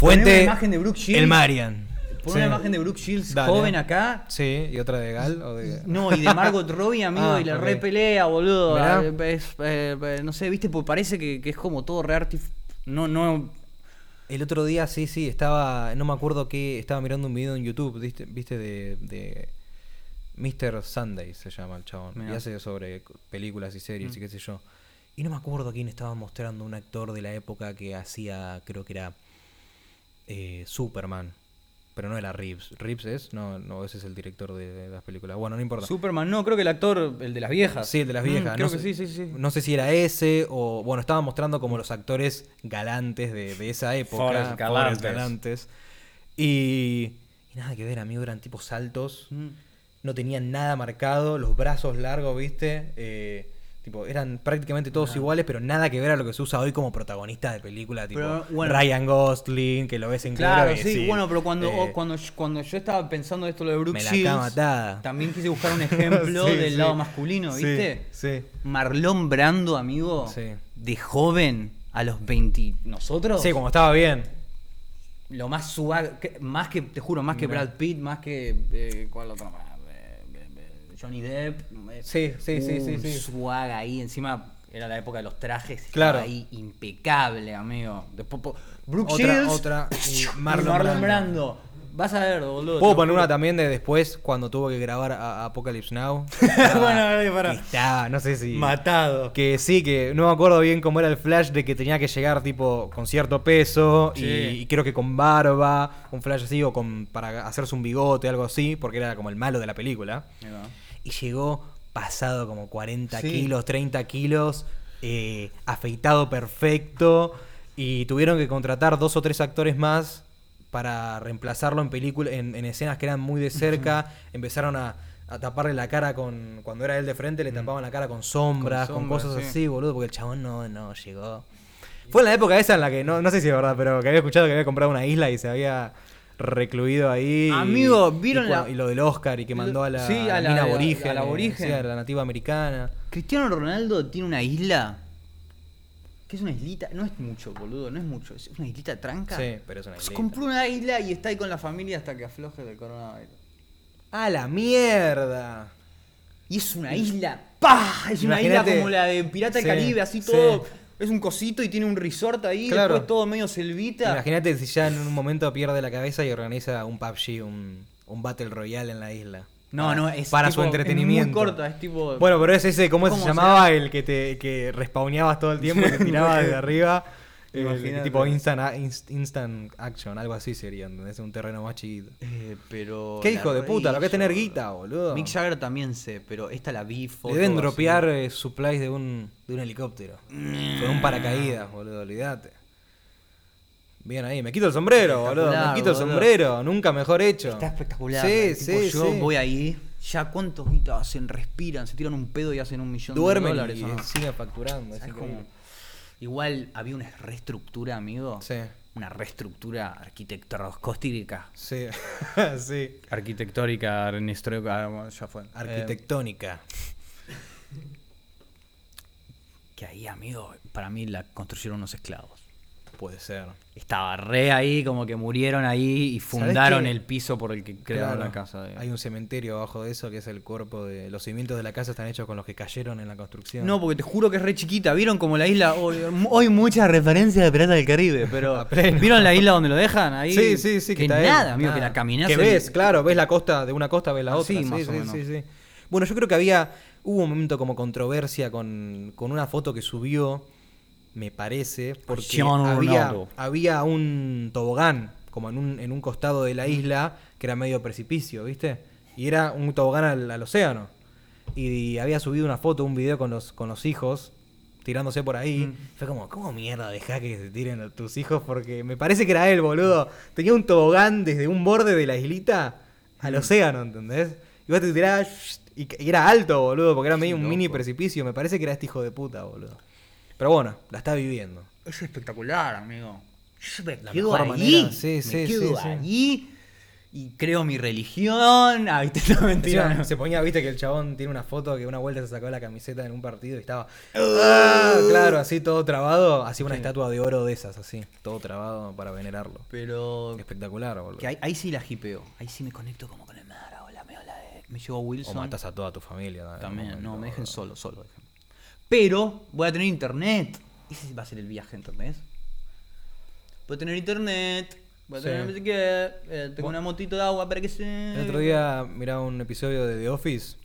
[SPEAKER 1] Poneme
[SPEAKER 2] Fuente,
[SPEAKER 1] una imagen de Brooke Shields.
[SPEAKER 2] el Marian.
[SPEAKER 1] Pon
[SPEAKER 2] Sí.
[SPEAKER 1] una imagen de Brooke Shields
[SPEAKER 2] Dale.
[SPEAKER 1] joven acá.
[SPEAKER 2] Sí, y otra de Gal o de...
[SPEAKER 1] No, y de Margot Robbie, amigo,
[SPEAKER 2] Ah,
[SPEAKER 1] y la
[SPEAKER 2] ok.
[SPEAKER 1] repelea, boludo.
[SPEAKER 2] Mirá.
[SPEAKER 1] Ah, es- eh, eh, no sé, viste, porque parece que, que es como todo re artif- No, no.
[SPEAKER 2] El otro día, sí, sí, estaba, no me acuerdo qué, estaba mirando un video en YouTube, ¿viste? viste de, de Mr. Sunday se llama el chabón, y
[SPEAKER 1] Mirá.
[SPEAKER 2] hace sobre c- películas y series y qué sé yo. Y no me acuerdo quién estaba mostrando un actor de la época que hacía, creo que era eh, Superman, pero no era Reeves. ¿Reeves es? No, no, ese es el director de, de las películas. Bueno, no importa.
[SPEAKER 1] Superman, no, creo que el actor, el de las viejas.
[SPEAKER 2] Sí, el de las
[SPEAKER 1] Mm,
[SPEAKER 2] viejas.
[SPEAKER 1] creo
[SPEAKER 2] no
[SPEAKER 1] que
[SPEAKER 2] sé,
[SPEAKER 1] sí, sí, sí.
[SPEAKER 2] No sé si era ese o. Bueno, estaba mostrando como los actores galantes de, de esa época.
[SPEAKER 1] Forrest
[SPEAKER 2] Forrest
[SPEAKER 1] Galantes.
[SPEAKER 2] galantes. Y, y nada que ver, amigo, eran tipo saltos.
[SPEAKER 1] Mm.
[SPEAKER 2] No tenían nada marcado, los brazos largos, ¿viste? Eh, tipo, eran prácticamente todos iguales, pero nada que ver a lo que se usa hoy como protagonista de película. Tipo,
[SPEAKER 1] Pero, bueno.
[SPEAKER 2] Ryan Gosling, que lo ves en
[SPEAKER 1] Claro,
[SPEAKER 2] cuero y
[SPEAKER 1] sí,
[SPEAKER 2] decís,
[SPEAKER 1] bueno, pero cuando,
[SPEAKER 2] eh,
[SPEAKER 1] oh, cuando, yo- cuando yo estaba pensando esto lo de Brooke
[SPEAKER 2] Me la
[SPEAKER 1] Shields,
[SPEAKER 2] acaba atada.
[SPEAKER 1] también quise buscar un ejemplo
[SPEAKER 2] Sí,
[SPEAKER 1] del
[SPEAKER 2] sí.
[SPEAKER 1] lado masculino,
[SPEAKER 2] Sí,
[SPEAKER 1] ¿viste?
[SPEAKER 2] Sí.
[SPEAKER 1] Marlon Brando, amigo,
[SPEAKER 2] Sí.
[SPEAKER 1] de joven a los 20, nosotros,
[SPEAKER 2] Sí, como estaba bien.
[SPEAKER 1] lo más suave, que- más que, te juro, más que
[SPEAKER 2] Mirá.
[SPEAKER 1] Brad Pitt, más que, eh, ¿cuál otro más? Eh, eh, eh, Johnny Depp. eh,
[SPEAKER 2] Sí, sí, sí, sí,
[SPEAKER 1] un
[SPEAKER 2] sí.
[SPEAKER 1] swag ahí, encima... Era la época de los trajes, estaba
[SPEAKER 2] Claro.
[SPEAKER 1] ahí impecable, amigo. Después, po- Brooke
[SPEAKER 2] Otra-
[SPEAKER 1] Shields
[SPEAKER 2] otra, y
[SPEAKER 1] y Marlon,
[SPEAKER 2] Marlon
[SPEAKER 1] Brando. Vas a ver, boludo.
[SPEAKER 2] ¿Puedo
[SPEAKER 1] te
[SPEAKER 2] poner
[SPEAKER 1] juro.
[SPEAKER 2] una también de después cuando tuvo que grabar a- a Apocalypse Now?
[SPEAKER 1] Bueno, dale, pará.
[SPEAKER 2] Está, no sé si.
[SPEAKER 1] Matado.
[SPEAKER 2] que sí, que no me acuerdo bien cómo era el flash de que tenía que llegar tipo con cierto peso y,
[SPEAKER 1] Sí.
[SPEAKER 2] y creo que con barba, un flash así o con para hacerse un bigote, algo así, porque era como el malo de la película.
[SPEAKER 1] Ahí va.
[SPEAKER 2] Y llegó pasado como 40
[SPEAKER 1] Sí.
[SPEAKER 2] kilos, 30 kilos, eh, afeitado perfecto. Y tuvieron que contratar dos o tres actores más para reemplazarlo en película, en, en escenas que eran muy de cerca. Empezaron a, a taparle la cara con. Cuando era él de frente, le tapaban la cara con sombras, con,
[SPEAKER 1] Mm. sombras,
[SPEAKER 2] cosas
[SPEAKER 1] sí.
[SPEAKER 2] así, boludo, porque el chabón no, no llegó. Fue en la época esa en la que, no, no sé si es verdad, pero que había escuchado que había comprado una isla y se había recluido ahí. y-
[SPEAKER 1] Amigo,
[SPEAKER 2] y
[SPEAKER 1] ¿vieron
[SPEAKER 2] cua-
[SPEAKER 1] la-
[SPEAKER 2] y lo del Oscar y que mandó a la,
[SPEAKER 1] Sí, a la-
[SPEAKER 2] a la mina
[SPEAKER 1] a la-
[SPEAKER 2] aborigen, eh,
[SPEAKER 1] a la aborigen.
[SPEAKER 2] sí, a la nativa americana.
[SPEAKER 1] Cristiano Ronaldo tiene una isla. Que es una islita. No es mucho, boludo. No es mucho. Es una islita tranca.
[SPEAKER 2] Sí, pero es una
[SPEAKER 1] Se
[SPEAKER 2] islita.
[SPEAKER 1] compró una isla y está ahí con la familia hasta que afloje del coronavirus.
[SPEAKER 2] ¡A la mierda!
[SPEAKER 1] Y es una isla, ¡pah! Es una isla
[SPEAKER 2] Imagínate.
[SPEAKER 1] como la de Pirata del
[SPEAKER 2] Sí,
[SPEAKER 1] Caribe, así
[SPEAKER 2] sí.
[SPEAKER 1] todo. Es un cosito y tiene un resort ahí,
[SPEAKER 2] Claro.
[SPEAKER 1] después todo medio selvita.
[SPEAKER 2] Imagínate si ya en un momento pierde la cabeza y organiza un PUBG, un, un Battle Royale en la isla.
[SPEAKER 1] No,
[SPEAKER 2] Para-
[SPEAKER 1] no, es
[SPEAKER 2] Para
[SPEAKER 1] tipo-
[SPEAKER 2] su entretenimiento.
[SPEAKER 1] Es muy corta, es tipo.
[SPEAKER 2] Bueno, pero es ese, eh. ¿cómo,
[SPEAKER 1] ¿Cómo
[SPEAKER 2] se
[SPEAKER 1] será?
[SPEAKER 2] llamaba? El que te que respawneabas todo el tiempo, te tiraba desde arriba. El
[SPEAKER 1] Imagínate.
[SPEAKER 2] tipo instant, a- inst- instant action, algo así sería, ¿entendés? Un terreno más chiquito.
[SPEAKER 1] Eh, pero.
[SPEAKER 2] ¿Qué
[SPEAKER 1] la
[SPEAKER 2] hijo de puta? Lo que es tener
[SPEAKER 1] rehizo.
[SPEAKER 2] guita, Oh, boludo.
[SPEAKER 1] Mick Jagger también sé, pero esta la vi.
[SPEAKER 2] Le
[SPEAKER 1] foto,
[SPEAKER 2] deben
[SPEAKER 1] así.
[SPEAKER 2] dropear eh, supplies de un, de un helicóptero. Con un paracaídas, boludo, olvídate. Bien ahí, me quito el sombrero, boludo. eh, Me
[SPEAKER 1] Espectacular,
[SPEAKER 2] quito el
[SPEAKER 1] boludo.
[SPEAKER 2] sombrero, nunca mejor hecho.
[SPEAKER 1] Está espectacular.
[SPEAKER 2] Sí,
[SPEAKER 1] man. Tipo,
[SPEAKER 2] sí,
[SPEAKER 1] yo
[SPEAKER 2] sí.
[SPEAKER 1] voy ahí. Ya cuántos guitas hacen, respiran, se tiran un pedo y hacen un millón
[SPEAKER 2] Duermen
[SPEAKER 1] de dólares.
[SPEAKER 2] y
[SPEAKER 1] ¿o no?
[SPEAKER 2] siguen facturando. es
[SPEAKER 1] Es
[SPEAKER 2] increíble.
[SPEAKER 1] como- Igual había una reestructura, amigo.
[SPEAKER 2] Sí.
[SPEAKER 1] Una reestructura arquitectónica.
[SPEAKER 2] Sí, sí.
[SPEAKER 1] Arquitectónica, Ernesto, ya fue.
[SPEAKER 2] Eh, Arquitectónica.
[SPEAKER 1] que ahí, amigo, para mí la construyeron unos esclavos.
[SPEAKER 2] Puede ser.
[SPEAKER 1] Estaba re ahí, como que murieron ahí y
[SPEAKER 2] ¿Sabés
[SPEAKER 1] fundaron
[SPEAKER 2] qué?
[SPEAKER 1] el piso por el que crearon
[SPEAKER 2] Claro.
[SPEAKER 1] la casa. digamos.
[SPEAKER 2] Hay un cementerio abajo de eso que es el cuerpo de. Los cimientos de la casa están hechos con los que cayeron en la construcción.
[SPEAKER 1] No, porque te juro que es re chiquita. ¿Vieron como la isla? Hoy, hoy muchas referencias de Pirata del Caribe, pero.
[SPEAKER 2] A pleno.
[SPEAKER 1] ¿Vieron la isla donde lo dejan? Ahí.
[SPEAKER 2] Sí, sí, sí,
[SPEAKER 1] que,
[SPEAKER 2] está él,
[SPEAKER 1] nada, amigo, que
[SPEAKER 2] nada.
[SPEAKER 1] la caminás.
[SPEAKER 2] Que
[SPEAKER 1] en-
[SPEAKER 2] ves, claro, ves la costa, de una costa ves la
[SPEAKER 1] Ah,
[SPEAKER 2] otra.
[SPEAKER 1] sí,
[SPEAKER 2] Sí,
[SPEAKER 1] más
[SPEAKER 2] sí,
[SPEAKER 1] o menos.
[SPEAKER 2] sí, sí. Bueno, yo creo que había. Hubo un momento como controversia con, con una foto que subió, me parece, porque
[SPEAKER 1] Cristiano
[SPEAKER 2] había,
[SPEAKER 1] Ronaldo.
[SPEAKER 2] había un tobogán, como en un, en un costado de la isla, que era medio precipicio, ¿viste? Y era un tobogán al, al océano. Y había subido una foto, un video con los, con los hijos, tirándose por ahí. Fue como, ¿cómo mierda dejá que se tiren a tus hijos? Porque me parece que era él, boludo. Tenía un tobogán desde un borde de la islita al océano, ¿entendés? Y vos te tirabas y, y era alto, boludo, porque era medio un mini precipicio. Me parece que era este hijo de puta, boludo. Pero bueno, la está viviendo.
[SPEAKER 1] Es espectacular, amigo. Yo me
[SPEAKER 2] La
[SPEAKER 1] quedo
[SPEAKER 2] mejor
[SPEAKER 1] allí.
[SPEAKER 2] manera. Sí,
[SPEAKER 1] me
[SPEAKER 2] sí,
[SPEAKER 1] quedo
[SPEAKER 2] sí, sí.
[SPEAKER 1] allí y creo mi religión. Ah, viste, no, mentira.
[SPEAKER 2] Encima
[SPEAKER 1] no.
[SPEAKER 2] Se ponía, viste, que el chabón tiene una foto que una vuelta se sacó la camiseta en un partido y estaba. ¡Ah! Claro, así todo trabado. Así una estatua de oro de esas, así. Todo trabado para venerarlo.
[SPEAKER 1] Pero.
[SPEAKER 2] Espectacular, boludo.
[SPEAKER 1] que ahí, ahí sí la hipeo. Ahí sí me conecto como con el mar. Hola, me hola. eh. Me llevo a
[SPEAKER 2] O
[SPEAKER 1] Wilson.
[SPEAKER 2] matas a toda tu familia. en algún
[SPEAKER 1] También, no,
[SPEAKER 2] momento,
[SPEAKER 1] me dejen solo,
[SPEAKER 2] boludo.
[SPEAKER 1] solo. déjenme. Pero voy a tener internet. Ese va a ser el viaje, ¿entendés? Voy a tener internet. Voy a
[SPEAKER 2] Sí.
[SPEAKER 1] tener no sé qué. eh, tengo una motito de agua para que se.
[SPEAKER 2] El otro día miraba un episodio de The Office.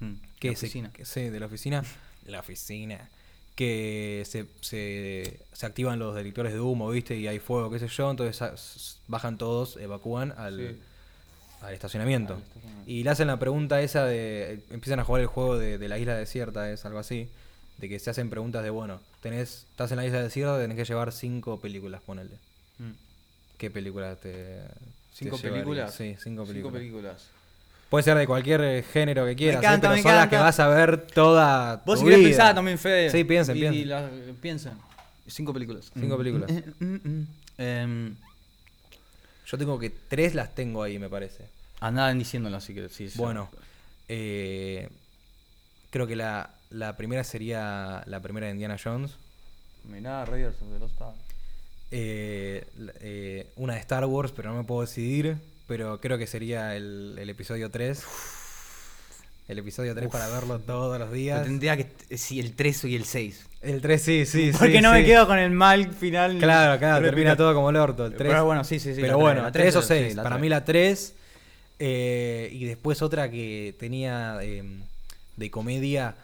[SPEAKER 1] Mm,
[SPEAKER 2] que
[SPEAKER 1] la
[SPEAKER 2] se-
[SPEAKER 1] oficina.
[SPEAKER 2] que- sí, de la oficina. La oficina. Que se, se, se activan los detectores de humo, ¿viste? Y hay fuego, qué sé yo. Entonces sa- s- bajan todos, evacúan al, al estacionamiento. Y le hacen la pregunta esa de... Empiezan a jugar el juego de, de la isla desierta, es algo así. De que se hacen preguntas de, bueno, tenés, estás en la isla desierta, tenés que llevar cinco películas, ponele.
[SPEAKER 1] Mm.
[SPEAKER 2] ¿Qué películas te... te
[SPEAKER 1] Cinco
[SPEAKER 2] llevarías?
[SPEAKER 1] películas.
[SPEAKER 2] Sí, cinco películas.
[SPEAKER 1] películas.
[SPEAKER 2] Puede ser de cualquier eh, género que quieras, ¿eh?
[SPEAKER 1] encanta,
[SPEAKER 2] pero
[SPEAKER 1] me
[SPEAKER 2] son las que
[SPEAKER 1] encanta.
[SPEAKER 2] vas a ver toda.
[SPEAKER 1] Vos
[SPEAKER 2] tu
[SPEAKER 1] si querés
[SPEAKER 2] vida.
[SPEAKER 1] pensar también, Fede.
[SPEAKER 2] Sí, piensen,
[SPEAKER 1] Y- Y
[SPEAKER 2] piensen.
[SPEAKER 1] la- piensen. Cinco películas.
[SPEAKER 2] Cinco
[SPEAKER 1] Mm,
[SPEAKER 2] películas.
[SPEAKER 1] mm, mm, mm. Em,
[SPEAKER 2] Yo tengo que tres las tengo ahí, me parece.
[SPEAKER 1] andá diciéndolo así que sí. sí.
[SPEAKER 2] Bueno, eh, creo que la, la primera sería la primera de Indiana Jones.
[SPEAKER 1] Mirá, Raiders of the Lost Ark.
[SPEAKER 2] Eh, la- eh, una de Star Wars, pero no me puedo decidir. Pero creo que sería el, el episodio 3. El episodio 3 para verlo todos los
[SPEAKER 1] Yo
[SPEAKER 2] días.
[SPEAKER 1] Tendría
[SPEAKER 2] eh,
[SPEAKER 1] que. Sí, el 3 y el 6.
[SPEAKER 2] El 3, sí, sí. sí,
[SPEAKER 1] Porque no me
[SPEAKER 2] sí.
[SPEAKER 1] quedo con el mal final.
[SPEAKER 2] Claro, claro,
[SPEAKER 1] Pero
[SPEAKER 2] termina
[SPEAKER 1] pica-
[SPEAKER 2] todo como el orto. El 3.
[SPEAKER 1] Pero bueno, sí, sí, sí.
[SPEAKER 2] Pero
[SPEAKER 1] la
[SPEAKER 2] bueno,
[SPEAKER 1] tres, la
[SPEAKER 2] tres o
[SPEAKER 1] sí,
[SPEAKER 2] seis.
[SPEAKER 1] la
[SPEAKER 2] Para
[SPEAKER 1] tres.
[SPEAKER 2] mí la tres. eh, y después otra que tenía eh, de comedia,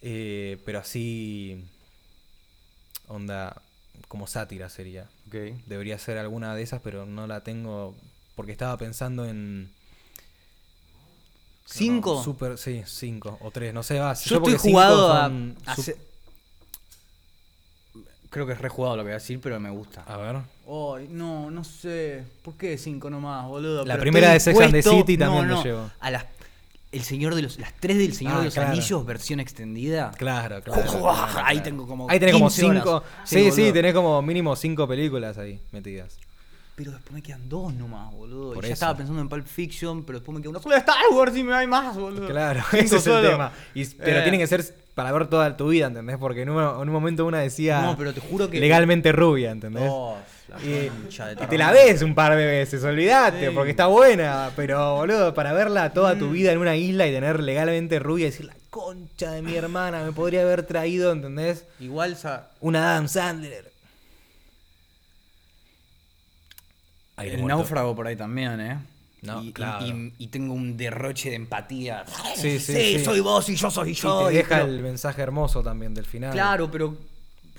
[SPEAKER 2] eh, pero así. Onda, como sátira sería. Debería ser alguna de esas, pero no la tengo. Porque estaba pensando en.
[SPEAKER 1] ¿Cinco?
[SPEAKER 2] Super, sí, cinco o tres, no sé, va.
[SPEAKER 1] yo
[SPEAKER 2] porque
[SPEAKER 1] estoy
[SPEAKER 2] cinco
[SPEAKER 1] jugado a.
[SPEAKER 2] son
[SPEAKER 1] a
[SPEAKER 2] sup-
[SPEAKER 1] se- Creo que es rejugado lo que voy a decir, pero me gusta.
[SPEAKER 2] a ver.
[SPEAKER 1] Ay, no, no sé. ¿Por qué cinco nomás, boludo?
[SPEAKER 2] La
[SPEAKER 1] Pero
[SPEAKER 2] primera
[SPEAKER 1] estoy
[SPEAKER 2] de Sex and the
[SPEAKER 1] dispuesto-
[SPEAKER 2] City también
[SPEAKER 1] no,
[SPEAKER 2] me
[SPEAKER 1] no,
[SPEAKER 2] llevo.
[SPEAKER 1] A las. El señor de los. Las tres del Señor
[SPEAKER 2] Ah,
[SPEAKER 1] de los
[SPEAKER 2] claro.
[SPEAKER 1] Anillos, versión extendida.
[SPEAKER 2] Claro, claro.
[SPEAKER 1] Ujú,
[SPEAKER 2] claro,
[SPEAKER 1] ah, ahí tengo como
[SPEAKER 2] Ahí tenés como
[SPEAKER 1] 15 horas.
[SPEAKER 2] cinco.
[SPEAKER 1] Sí,
[SPEAKER 2] Sí, sí,
[SPEAKER 1] boludo.
[SPEAKER 2] tenés como mínimo cinco películas ahí metidas.
[SPEAKER 1] Pero después me quedan dos nomás, boludo.
[SPEAKER 2] Por
[SPEAKER 1] y ya
[SPEAKER 2] eso.
[SPEAKER 1] estaba pensando en Pulp Fiction, pero después me queda una sola de Star Wars y me hay más, boludo.
[SPEAKER 2] Claro,
[SPEAKER 1] Cinco
[SPEAKER 2] ese es el
[SPEAKER 1] solo.
[SPEAKER 2] tema. Y, pero
[SPEAKER 1] Eh,
[SPEAKER 2] tienen que ser para ver toda tu vida, ¿entendés? Porque en un, en un momento una decía
[SPEAKER 1] No, pero te juro que.
[SPEAKER 2] legalmente rubia, ¿entendés?
[SPEAKER 1] Oh, la
[SPEAKER 2] Y-
[SPEAKER 1] concha de
[SPEAKER 2] Y te
[SPEAKER 1] Tarragona.
[SPEAKER 2] la ves un par de veces, olvídate,
[SPEAKER 1] Sí. Mm.
[SPEAKER 2] porque está buena. Pero, boludo, para verla toda tu vida en una isla y tener legalmente rubia y decir la concha de mi hermana, me podría haber traído, ¿entendés?
[SPEAKER 1] Igual, sa-
[SPEAKER 2] Una Adam Sandler. Aire
[SPEAKER 1] el
[SPEAKER 2] muerto.
[SPEAKER 1] náufrago por ahí también, ¿eh?
[SPEAKER 2] No,
[SPEAKER 1] y, y-
[SPEAKER 2] claro.
[SPEAKER 1] y- y tengo un derroche de empatía.
[SPEAKER 2] Sí, sí, sí.
[SPEAKER 1] soy vos y yo soy
[SPEAKER 2] Y
[SPEAKER 1] yo.
[SPEAKER 2] te
[SPEAKER 1] y-
[SPEAKER 2] deja
[SPEAKER 1] pero-
[SPEAKER 2] el mensaje hermoso también del final.
[SPEAKER 1] Claro, pero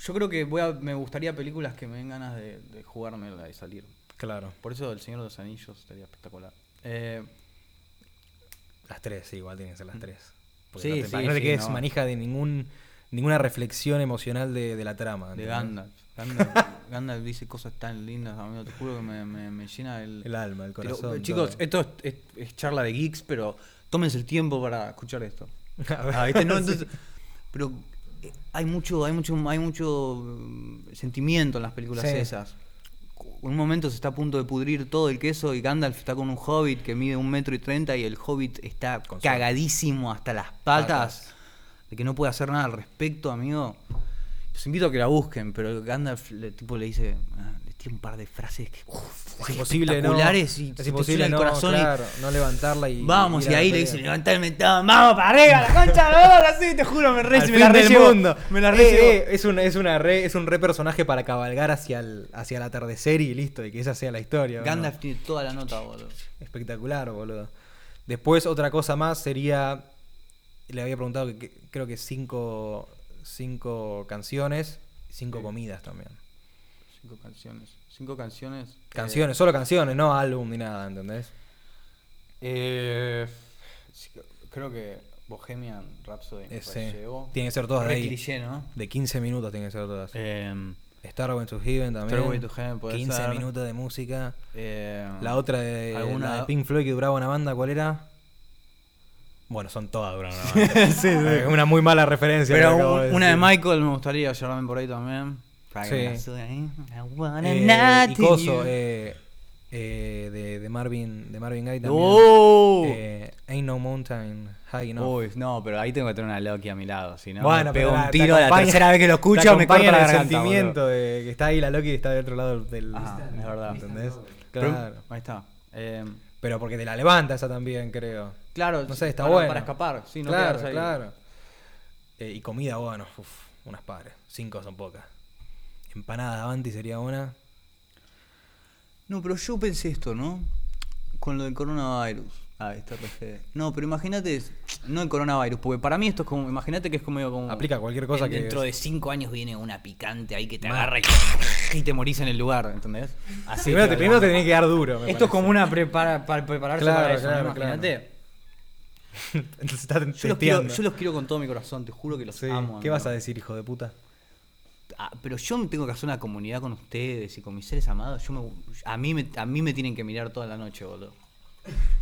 [SPEAKER 1] yo creo que voy a- me gustaría películas que me den ganas de, de jugármela y salir.
[SPEAKER 2] Claro.
[SPEAKER 1] Por eso El Señor de los Anillos estaría espectacular. Eh,
[SPEAKER 2] Las tres, sí, igual tienen que ser las tres. Porque
[SPEAKER 1] Mm. Sí,
[SPEAKER 2] no te, para
[SPEAKER 1] sí,
[SPEAKER 2] que no te
[SPEAKER 1] sí,
[SPEAKER 2] quedes
[SPEAKER 1] no.
[SPEAKER 2] manija de ningún ninguna reflexión emocional de, de la trama.
[SPEAKER 1] de
[SPEAKER 2] ¿entendés?
[SPEAKER 1] Gandalf. Gandalf, Gandalf dice cosas tan lindas, amigo. Te juro que me, me- me llena el,
[SPEAKER 2] El alma, el
[SPEAKER 1] Pero,
[SPEAKER 2] corazón.
[SPEAKER 1] chicos,
[SPEAKER 2] todo.
[SPEAKER 1] esto es, es- es charla de geeks, pero tómense el tiempo para escuchar esto.
[SPEAKER 2] A ver,
[SPEAKER 1] Ah, ¿viste? No,
[SPEAKER 2] sí.
[SPEAKER 1] entonces, pero eh, hay mucho, hay mucho, hay mucho mm, sentimiento en las películas
[SPEAKER 2] Sí.
[SPEAKER 1] esas. En un momento se está a punto de pudrir todo el queso y Gandalf está con un hobbit que mide un metro y treinta y el hobbit está
[SPEAKER 2] Con su-
[SPEAKER 1] cagadísimo hasta las patas, de que no puede hacer nada al respecto, amigo. Los invito a que la busquen, pero Gandalf le, tipo, le dice, ah, le tira un par de frases que uf,
[SPEAKER 2] es imposible no,
[SPEAKER 1] espectaculares y se
[SPEAKER 2] es
[SPEAKER 1] te
[SPEAKER 2] imposible
[SPEAKER 1] llena el
[SPEAKER 2] no,
[SPEAKER 1] corazón y-
[SPEAKER 2] claro, no levantarla y
[SPEAKER 1] Vamos,
[SPEAKER 2] ir
[SPEAKER 1] y
[SPEAKER 2] a la
[SPEAKER 1] ahí le
[SPEAKER 2] pelea.
[SPEAKER 1] dicen, levantá el mentón, vamos para arriba, la concha, de la lora", así, te juro, me re,
[SPEAKER 2] Al
[SPEAKER 1] me
[SPEAKER 2] fin
[SPEAKER 1] la
[SPEAKER 2] del
[SPEAKER 1] rellevo.
[SPEAKER 2] mundo.
[SPEAKER 1] Me la
[SPEAKER 2] Eh,
[SPEAKER 1] rellevo.
[SPEAKER 2] eh, es un es una re, es un re personaje para cabalgar hacia el hacia el atardecer y listo y que esa sea la historia. ¿o no?
[SPEAKER 1] Gandalf tiene toda la nota, boludo.
[SPEAKER 2] Espectacular, boludo. Después, otra cosa más sería. Le había preguntado que, que- creo que cinco, cinco canciones, cinco
[SPEAKER 1] Sí. Eh.
[SPEAKER 2] comidas también.
[SPEAKER 1] Cinco canciones. Cinco canciones.
[SPEAKER 2] Canciones, solo canciones, no álbum ni nada, ¿entendés?
[SPEAKER 1] Eh, sí, creo que Bohemian Rhapsody me
[SPEAKER 2] Ese.
[SPEAKER 1] pareció.
[SPEAKER 2] Eh, Tiene que ser todas de
[SPEAKER 1] Re
[SPEAKER 2] ahí.
[SPEAKER 1] cliché, ¿no?
[SPEAKER 2] De 15 minutos tienen que ser todas.
[SPEAKER 1] Eh,
[SPEAKER 2] Starway to Heaven también.
[SPEAKER 1] Stairway to Heaven puede
[SPEAKER 2] 15
[SPEAKER 1] ser.
[SPEAKER 2] minutos de música.
[SPEAKER 1] eh,
[SPEAKER 2] La otra de,
[SPEAKER 1] alguna-
[SPEAKER 2] la de Pink Floyd que duraba una banda, ¿cuál era? Bueno, son todas duran una banda. Eh, Una muy mala referencia. lo
[SPEAKER 1] Pero
[SPEAKER 2] que acabo
[SPEAKER 1] un-
[SPEAKER 2] de
[SPEAKER 1] una de
[SPEAKER 2] decir.
[SPEAKER 1] Michael me gustaría llevarme por ahí también. Para que me la
[SPEAKER 2] Sí.
[SPEAKER 1] suba ahí. I wanna
[SPEAKER 2] Eh,
[SPEAKER 1] not
[SPEAKER 2] y
[SPEAKER 1] to
[SPEAKER 2] Coso,
[SPEAKER 1] you.
[SPEAKER 2] eh, eh, de, de Marvin, de Marvin Gaye también.
[SPEAKER 1] ¡Oh!
[SPEAKER 2] Eh, Ain't no mountain high enough.
[SPEAKER 1] Uy, no, pero ahí tengo que tener una Loki a mi lado, si no
[SPEAKER 2] Bueno,
[SPEAKER 1] me pego
[SPEAKER 2] pero
[SPEAKER 1] un
[SPEAKER 2] la-
[SPEAKER 1] tiro
[SPEAKER 2] te
[SPEAKER 1] la
[SPEAKER 2] acompaña-
[SPEAKER 1] tercera vez que lo
[SPEAKER 2] Te
[SPEAKER 1] escucho, me
[SPEAKER 2] acompaña
[SPEAKER 1] corta la
[SPEAKER 2] el
[SPEAKER 1] garganta.
[SPEAKER 2] sentimiento de que está ahí la Loki y está del otro lado del...
[SPEAKER 1] boludo. Ajá, es verdad.
[SPEAKER 2] ¿Entendés?
[SPEAKER 1] Pero-
[SPEAKER 2] Claro.
[SPEAKER 1] ahí está. Eh,
[SPEAKER 2] Pero porque te la levanta esa también, creo.
[SPEAKER 1] claro,
[SPEAKER 2] No sé, está
[SPEAKER 1] para,
[SPEAKER 2] bueno.
[SPEAKER 1] Para escapar, sí, no
[SPEAKER 2] claro,
[SPEAKER 1] quedarse ahí.
[SPEAKER 2] claro. Eh, y comida, bueno, uf, unas pares. Cinco son pocas. Empanada Avanti sería una.
[SPEAKER 1] No, pero yo pensé esto, ¿no? Con lo del coronavirus. Ah, está re feo. No, pero imagínate, es- no el coronavirus, porque para mí esto es como, imagínate que es como... como
[SPEAKER 2] Aplica cualquier cosa
[SPEAKER 1] en-
[SPEAKER 2] que-
[SPEAKER 1] Dentro de cinco años viene una picante ahí que te
[SPEAKER 2] Ma-
[SPEAKER 1] agarra y, y te morís en el lugar, ¿entendés? Así
[SPEAKER 2] Ah, primero
[SPEAKER 1] te
[SPEAKER 2] te, primero
[SPEAKER 1] hablando.
[SPEAKER 2] te tenés que dar duro.
[SPEAKER 1] Esto
[SPEAKER 2] me
[SPEAKER 1] es
[SPEAKER 2] parece.
[SPEAKER 1] como una prepara, para prepararse
[SPEAKER 2] Claro,
[SPEAKER 1] para eso, ¿no?
[SPEAKER 2] claro, claro.
[SPEAKER 1] imagínate.
[SPEAKER 2] Se está
[SPEAKER 1] Yo los, quiero,
[SPEAKER 2] testeando.
[SPEAKER 1] yo los quiero con todo mi corazón, te juro que los
[SPEAKER 2] Sí,
[SPEAKER 1] amo.
[SPEAKER 2] ¿Qué
[SPEAKER 1] amigo.
[SPEAKER 2] vas a decir, hijo de puta?
[SPEAKER 1] Ah, pero yo tengo que hacer una comunidad con ustedes y con mis seres amados. Yo me- a, mí me, a mí me tienen que mirar toda la noche, boludo.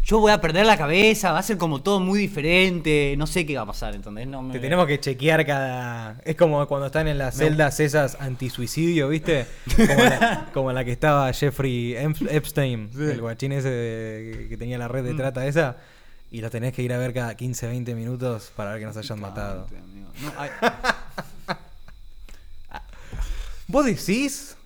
[SPEAKER 1] Yo voy a perder la cabeza, va a ser como todo muy diferente. No sé qué va a pasar, ¿entendés? No me-
[SPEAKER 2] Te tenemos que chequear cada. Es como cuando están en las celdas esas antisuicidio, ¿viste? Como la, como la que estaba Jeffrey Em- Epstein, el guachín ese de- que tenía la red de trata esa. Y los tenés que ir a ver cada 15, 20 minutos para ver que nos hayan matado.
[SPEAKER 1] Picante, amigo. No, ay,
[SPEAKER 2] ¿Vos decís?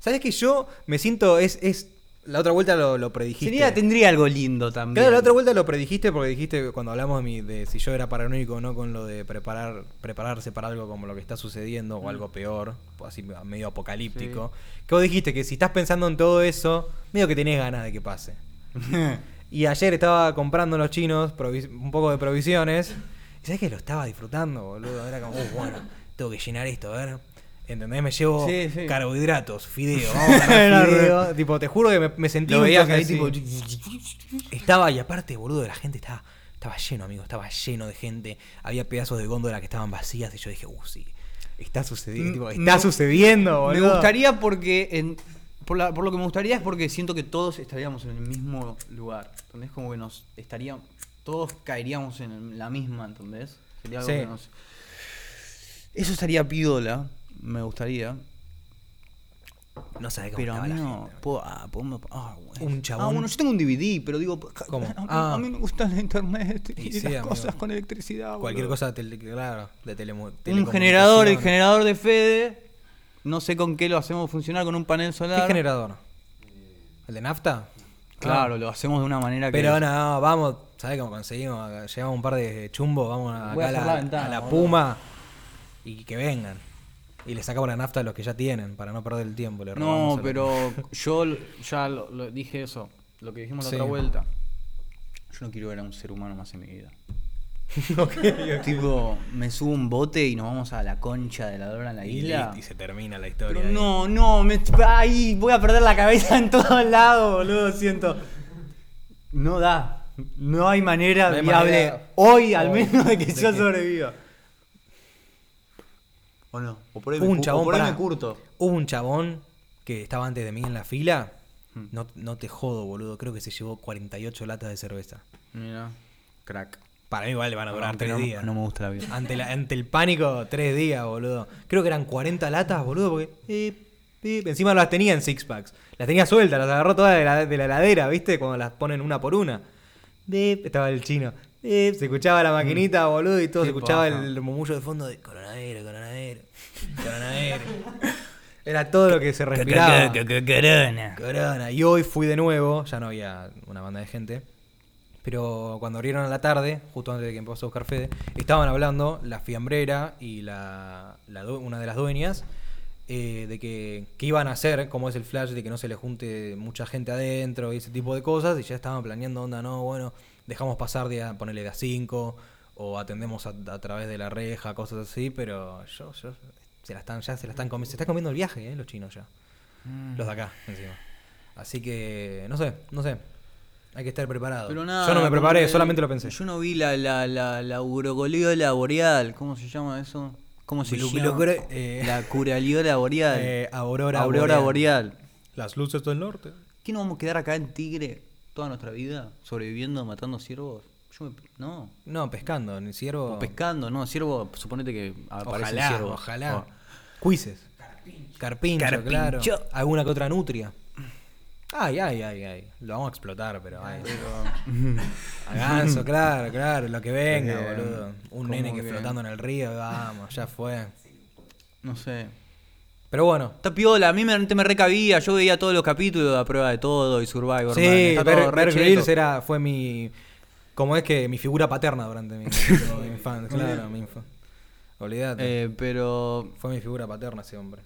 [SPEAKER 2] ¿Sabés que yo me siento. Es, es La otra vuelta lo, lo predijiste.
[SPEAKER 1] sería, tendría algo lindo también.
[SPEAKER 2] Claro, la otra vuelta lo predijiste porque dijiste cuando hablamos de, mi- de si yo era paranoico o no con lo de preparar, prepararse para algo como lo que está sucediendo
[SPEAKER 1] Mm.
[SPEAKER 2] o algo peor, así medio apocalíptico. Que vos dijiste que si estás pensando en todo eso, medio que tenés ganas de que pase. Y ayer estaba comprando en los chinos provis- un poco de provisiones. Y sabés que lo estaba disfrutando, boludo. Era como, "Uh, bueno, tengo que llenar esto, a ver. ¿Entendés? Me llevo
[SPEAKER 1] Sí, sí.
[SPEAKER 2] carbohidratos, fideo, vamos a ganar fideo. Tipo, te juro que me, me sentí
[SPEAKER 1] Lo
[SPEAKER 2] un
[SPEAKER 1] veías
[SPEAKER 2] toque
[SPEAKER 1] ahí
[SPEAKER 2] así.
[SPEAKER 1] tipo...
[SPEAKER 2] Estaba, y aparte, boludo, la gente estaba, estaba lleno, amigo, estaba lleno de gente. Había pedazos de góndola que estaban vacías y yo dije, uh, sí, está sucediendo,
[SPEAKER 1] Mm,
[SPEAKER 2] tipo,
[SPEAKER 1] me
[SPEAKER 2] está
[SPEAKER 1] gu-
[SPEAKER 2] sucediendo,
[SPEAKER 1] Me
[SPEAKER 2] boludo.
[SPEAKER 1] gustaría porque... en- por, la- por lo que me gustaría es porque siento que todos estaríamos en el mismo lugar. ¿Entendés? Como que nos estaríamos... Todos caeríamos en el- la misma, ¿entendés? Sería algo
[SPEAKER 2] Sí.
[SPEAKER 1] que nos... Eso estaría piola, me gustaría.
[SPEAKER 2] No sabés cómo
[SPEAKER 1] Pero a
[SPEAKER 2] estaba
[SPEAKER 1] mí
[SPEAKER 2] la
[SPEAKER 1] no.
[SPEAKER 2] gente.
[SPEAKER 1] puedo- ah, puedo- me- ah, bueno.
[SPEAKER 2] Un chabón-
[SPEAKER 1] Ah, bueno, yo tengo un DVD, pero digo. ja,
[SPEAKER 2] ¿Cómo?
[SPEAKER 1] A, mí-
[SPEAKER 2] Ah.
[SPEAKER 1] a mí me gusta la internet y,
[SPEAKER 2] Y sí,
[SPEAKER 1] las
[SPEAKER 2] amigo.
[SPEAKER 1] cosas con electricidad.
[SPEAKER 2] Cualquier
[SPEAKER 1] boludo.
[SPEAKER 2] cosa tele- claro, de telemo-
[SPEAKER 1] Un generador, el
[SPEAKER 2] telecomunicación.
[SPEAKER 1] generador de Fede. No sé con qué lo hacemos funcionar, con un panel solar.
[SPEAKER 2] ¿Qué generador? ¿El de nafta? Ah.
[SPEAKER 1] Claro, lo hacemos de una manera que.
[SPEAKER 2] Pero no, vamos, ¿sabés cómo conseguimos? Acá Llevamos un par de chumbos, vamos acá
[SPEAKER 1] Voy a
[SPEAKER 2] a la,
[SPEAKER 1] cerrar la ventana,
[SPEAKER 2] a la
[SPEAKER 1] boludo.
[SPEAKER 2] Puma y que vengan. Y le sacamos la nafta a los que ya tienen para no perder el tiempo. le robamos
[SPEAKER 1] No,
[SPEAKER 2] a los-
[SPEAKER 1] pero yo l- ya lo, lo dije eso, lo que dijimos la
[SPEAKER 2] Sí.
[SPEAKER 1] otra vuelta. Yo no quiero ver a un ser humano más en mi vida. Tipo, me subo un bote y nos vamos a la concha de la lora en la
[SPEAKER 2] Y,
[SPEAKER 1] isla.
[SPEAKER 2] listo, y se termina la historia.
[SPEAKER 1] Pero
[SPEAKER 2] ahí.
[SPEAKER 1] no, no, me, ay, voy a perder la cabeza en todos lados, boludo, siento. No da, no hay manera
[SPEAKER 2] No hay
[SPEAKER 1] viable
[SPEAKER 2] manera.
[SPEAKER 1] hoy al
[SPEAKER 2] Hoy.
[SPEAKER 1] menos de que
[SPEAKER 2] De
[SPEAKER 1] yo
[SPEAKER 2] que-
[SPEAKER 1] sobreviva. O no, o por ahí me,
[SPEAKER 2] Hubo
[SPEAKER 1] cu-
[SPEAKER 2] un
[SPEAKER 1] o
[SPEAKER 2] chabón,
[SPEAKER 1] por ahí
[SPEAKER 2] pará.
[SPEAKER 1] me curto.
[SPEAKER 2] Hubo un chabón que estaba antes de mí en la fila.
[SPEAKER 1] Hmm.
[SPEAKER 2] No, no te jodo, boludo. Creo que se llevó 48 latas de cerveza.
[SPEAKER 1] Mira, crack.
[SPEAKER 2] Para mí igual le van a durar
[SPEAKER 1] Aunque no,
[SPEAKER 2] tres días.
[SPEAKER 1] no me gusta la vida.
[SPEAKER 2] Ante, la- ante el pánico, tres días, boludo. Creo que eran 40 latas, boludo, porque... pip, pip. Encima las tenía en six packs. Las tenía sueltas, las agarró todas de la, de la heladera, ¿viste? Cuando las ponen una por una. Pip, estaba el chino. Pip, se escuchaba la maquinita, boludo, y todo.
[SPEAKER 1] Qué
[SPEAKER 2] Se escuchaba
[SPEAKER 1] paja.
[SPEAKER 2] el murmullo de fondo de coronavirus, coronavirus, coronavirus. Era todo lo que se respiraba. Corona. Y hoy fui de nuevo, ya no había una banda de gente. Pero cuando abrieron a la tarde, justo antes de que empezó a buscar Fede, estaban hablando la fiambrera y la, la due- una de las dueñas eh, de que, qué iban a hacer, cómo es el flash de que no se le junte mucha gente adentro y ese tipo de cosas. Y ya estaban planeando, onda, no, bueno, dejamos pasar de a ponerle de a 5 o atendemos a, a través de la reja, cosas así. Pero yo, yo, se la están, ya se la están comiendo, se está comiendo el viaje, eh, los chinos ya. Los de acá, encima. Así que, no sé, no sé. Hay que estar preparado.
[SPEAKER 1] Pero nada,
[SPEAKER 2] yo no me
[SPEAKER 1] como
[SPEAKER 2] preparé,
[SPEAKER 1] que
[SPEAKER 2] solamente lo pensé.
[SPEAKER 1] Yo no vi la, la, la, la urogoliola boreal, ¿cómo se llama eso? ¿Cómo se
[SPEAKER 2] Blu-
[SPEAKER 1] llama?
[SPEAKER 2] blu- eh.
[SPEAKER 1] La curaliola boreal.
[SPEAKER 2] Eh, aurora
[SPEAKER 1] Aurora
[SPEAKER 2] boreal.
[SPEAKER 1] boreal.
[SPEAKER 2] Las luces del norte.
[SPEAKER 1] ¿Qué nos vamos a quedar acá en Tigre toda nuestra vida? ¿Sobreviviendo, matando ciervos? Yo me- no.
[SPEAKER 2] No, pescando, ni ciervo.
[SPEAKER 1] O pescando, no, ciervo, suponete que aparece
[SPEAKER 2] Oh. ojalá,
[SPEAKER 1] ciervo. Oh, Ah.
[SPEAKER 2] ojalá.
[SPEAKER 1] O-
[SPEAKER 2] Cuises. Carpincho. claro.
[SPEAKER 1] Carpincho.
[SPEAKER 2] Alguna que otra nutria. Ay, ay, ay, ay. Lo vamos a explotar, pero ay. A ganso, claro, claro. Lo que venga,
[SPEAKER 1] Bien,
[SPEAKER 2] boludo. Un
[SPEAKER 1] Eh, ¿cómo
[SPEAKER 2] nene que
[SPEAKER 1] que?
[SPEAKER 2] flotando en el río, vamos, ya fue.
[SPEAKER 1] no sé.
[SPEAKER 2] Pero bueno,
[SPEAKER 1] Está piola, a mí me, antes me recabía, yo veía todos los capítulos de A Prueba de Todo y Survivor.
[SPEAKER 2] Sí,
[SPEAKER 1] man, está todo
[SPEAKER 2] Bear,
[SPEAKER 1] re
[SPEAKER 2] Bear
[SPEAKER 1] cheto.
[SPEAKER 2] Grylls era, fue mi. Como es que mi figura paterna durante mi, mi infancia. Claro, mi infa- Olvídate.
[SPEAKER 1] Eh, pero
[SPEAKER 2] fue mi figura paterna ese hombre.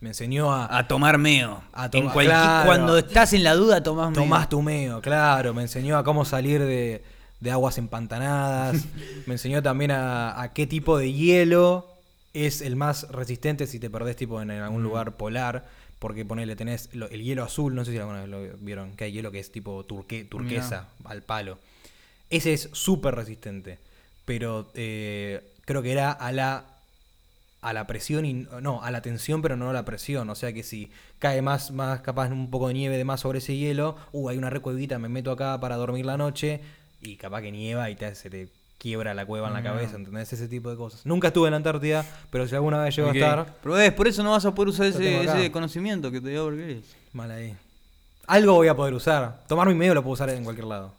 [SPEAKER 2] Me enseñó a.
[SPEAKER 1] A tomar meo.
[SPEAKER 2] A
[SPEAKER 1] en
[SPEAKER 2] tomar-
[SPEAKER 1] cualquier,
[SPEAKER 2] claro.
[SPEAKER 1] Cuando estás en la duda, tomás meo.
[SPEAKER 2] Tomás Tumeo, claro. Me enseñó a cómo salir de, de aguas empantanadas. me enseñó también a, a qué tipo de hielo es el más resistente si te perdés tipo en, en algún lugar polar. Porque ponele, tenés lo- el hielo azul, no sé si alguna vez lo vieron, que hay hielo que es tipo turque- turquesa, al palo. Ese es súper resistente. Pero eh, creo que era a la a la presión y no, a la tensión, pero no a la presión. O sea que si cae más, más capaz un poco de nieve de más sobre ese hielo, uh, hay una recuevita, me meto acá para dormir la noche, y capaz que nieva y te, se te quiebra la cueva en la cabeza, ¿entendés? Ese tipo de cosas. Nunca estuve en la Antártida, pero si alguna vez llego
[SPEAKER 1] Ok.
[SPEAKER 2] a estar,
[SPEAKER 1] Pero ves, por eso no vas a poder usar
[SPEAKER 2] Lo tengo
[SPEAKER 1] ese,
[SPEAKER 2] acá.
[SPEAKER 1] ese conocimiento que te dio Borges.
[SPEAKER 2] mal ahí. Algo voy a poder usar. Tomar mi medio lo puedo usar en cualquier lado.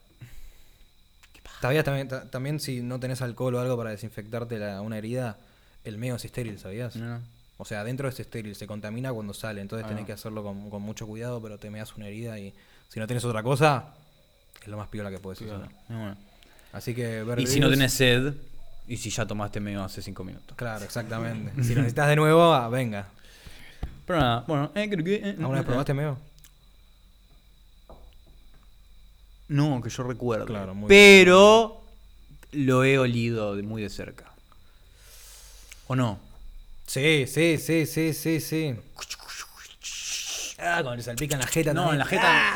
[SPEAKER 2] Todavía también, ta- también si no tenés alcohol o algo para desinfectarte la- una herida, el medio es estéril, ¿sabías? O sea, adentro es estéril, se contamina cuando sale, entonces
[SPEAKER 1] Ah.
[SPEAKER 2] tenés que hacerlo con, con mucho cuidado, pero te me das una herida y si no tenés otra cosa, es lo más piola que puedes usar. Así que ver
[SPEAKER 1] Y si no
[SPEAKER 2] videos-
[SPEAKER 1] tenés sed, y si ya tomaste meo hace 5 minutos.
[SPEAKER 2] Claro, exactamente. si lo necesitas de nuevo, ah, venga.
[SPEAKER 1] Pero nada, bueno, eh, creo que. eh,
[SPEAKER 2] ¿Alguna vez
[SPEAKER 1] eh,
[SPEAKER 2] probaste meo?
[SPEAKER 1] No, que yo recuerdo.
[SPEAKER 2] Claro, muy
[SPEAKER 1] Pero lo he olido de- muy de cerca. ¿O no?
[SPEAKER 2] Sí, sí, sí, sí, sí, sí. Ah, cuando le salpican la jeta también.
[SPEAKER 1] jeta.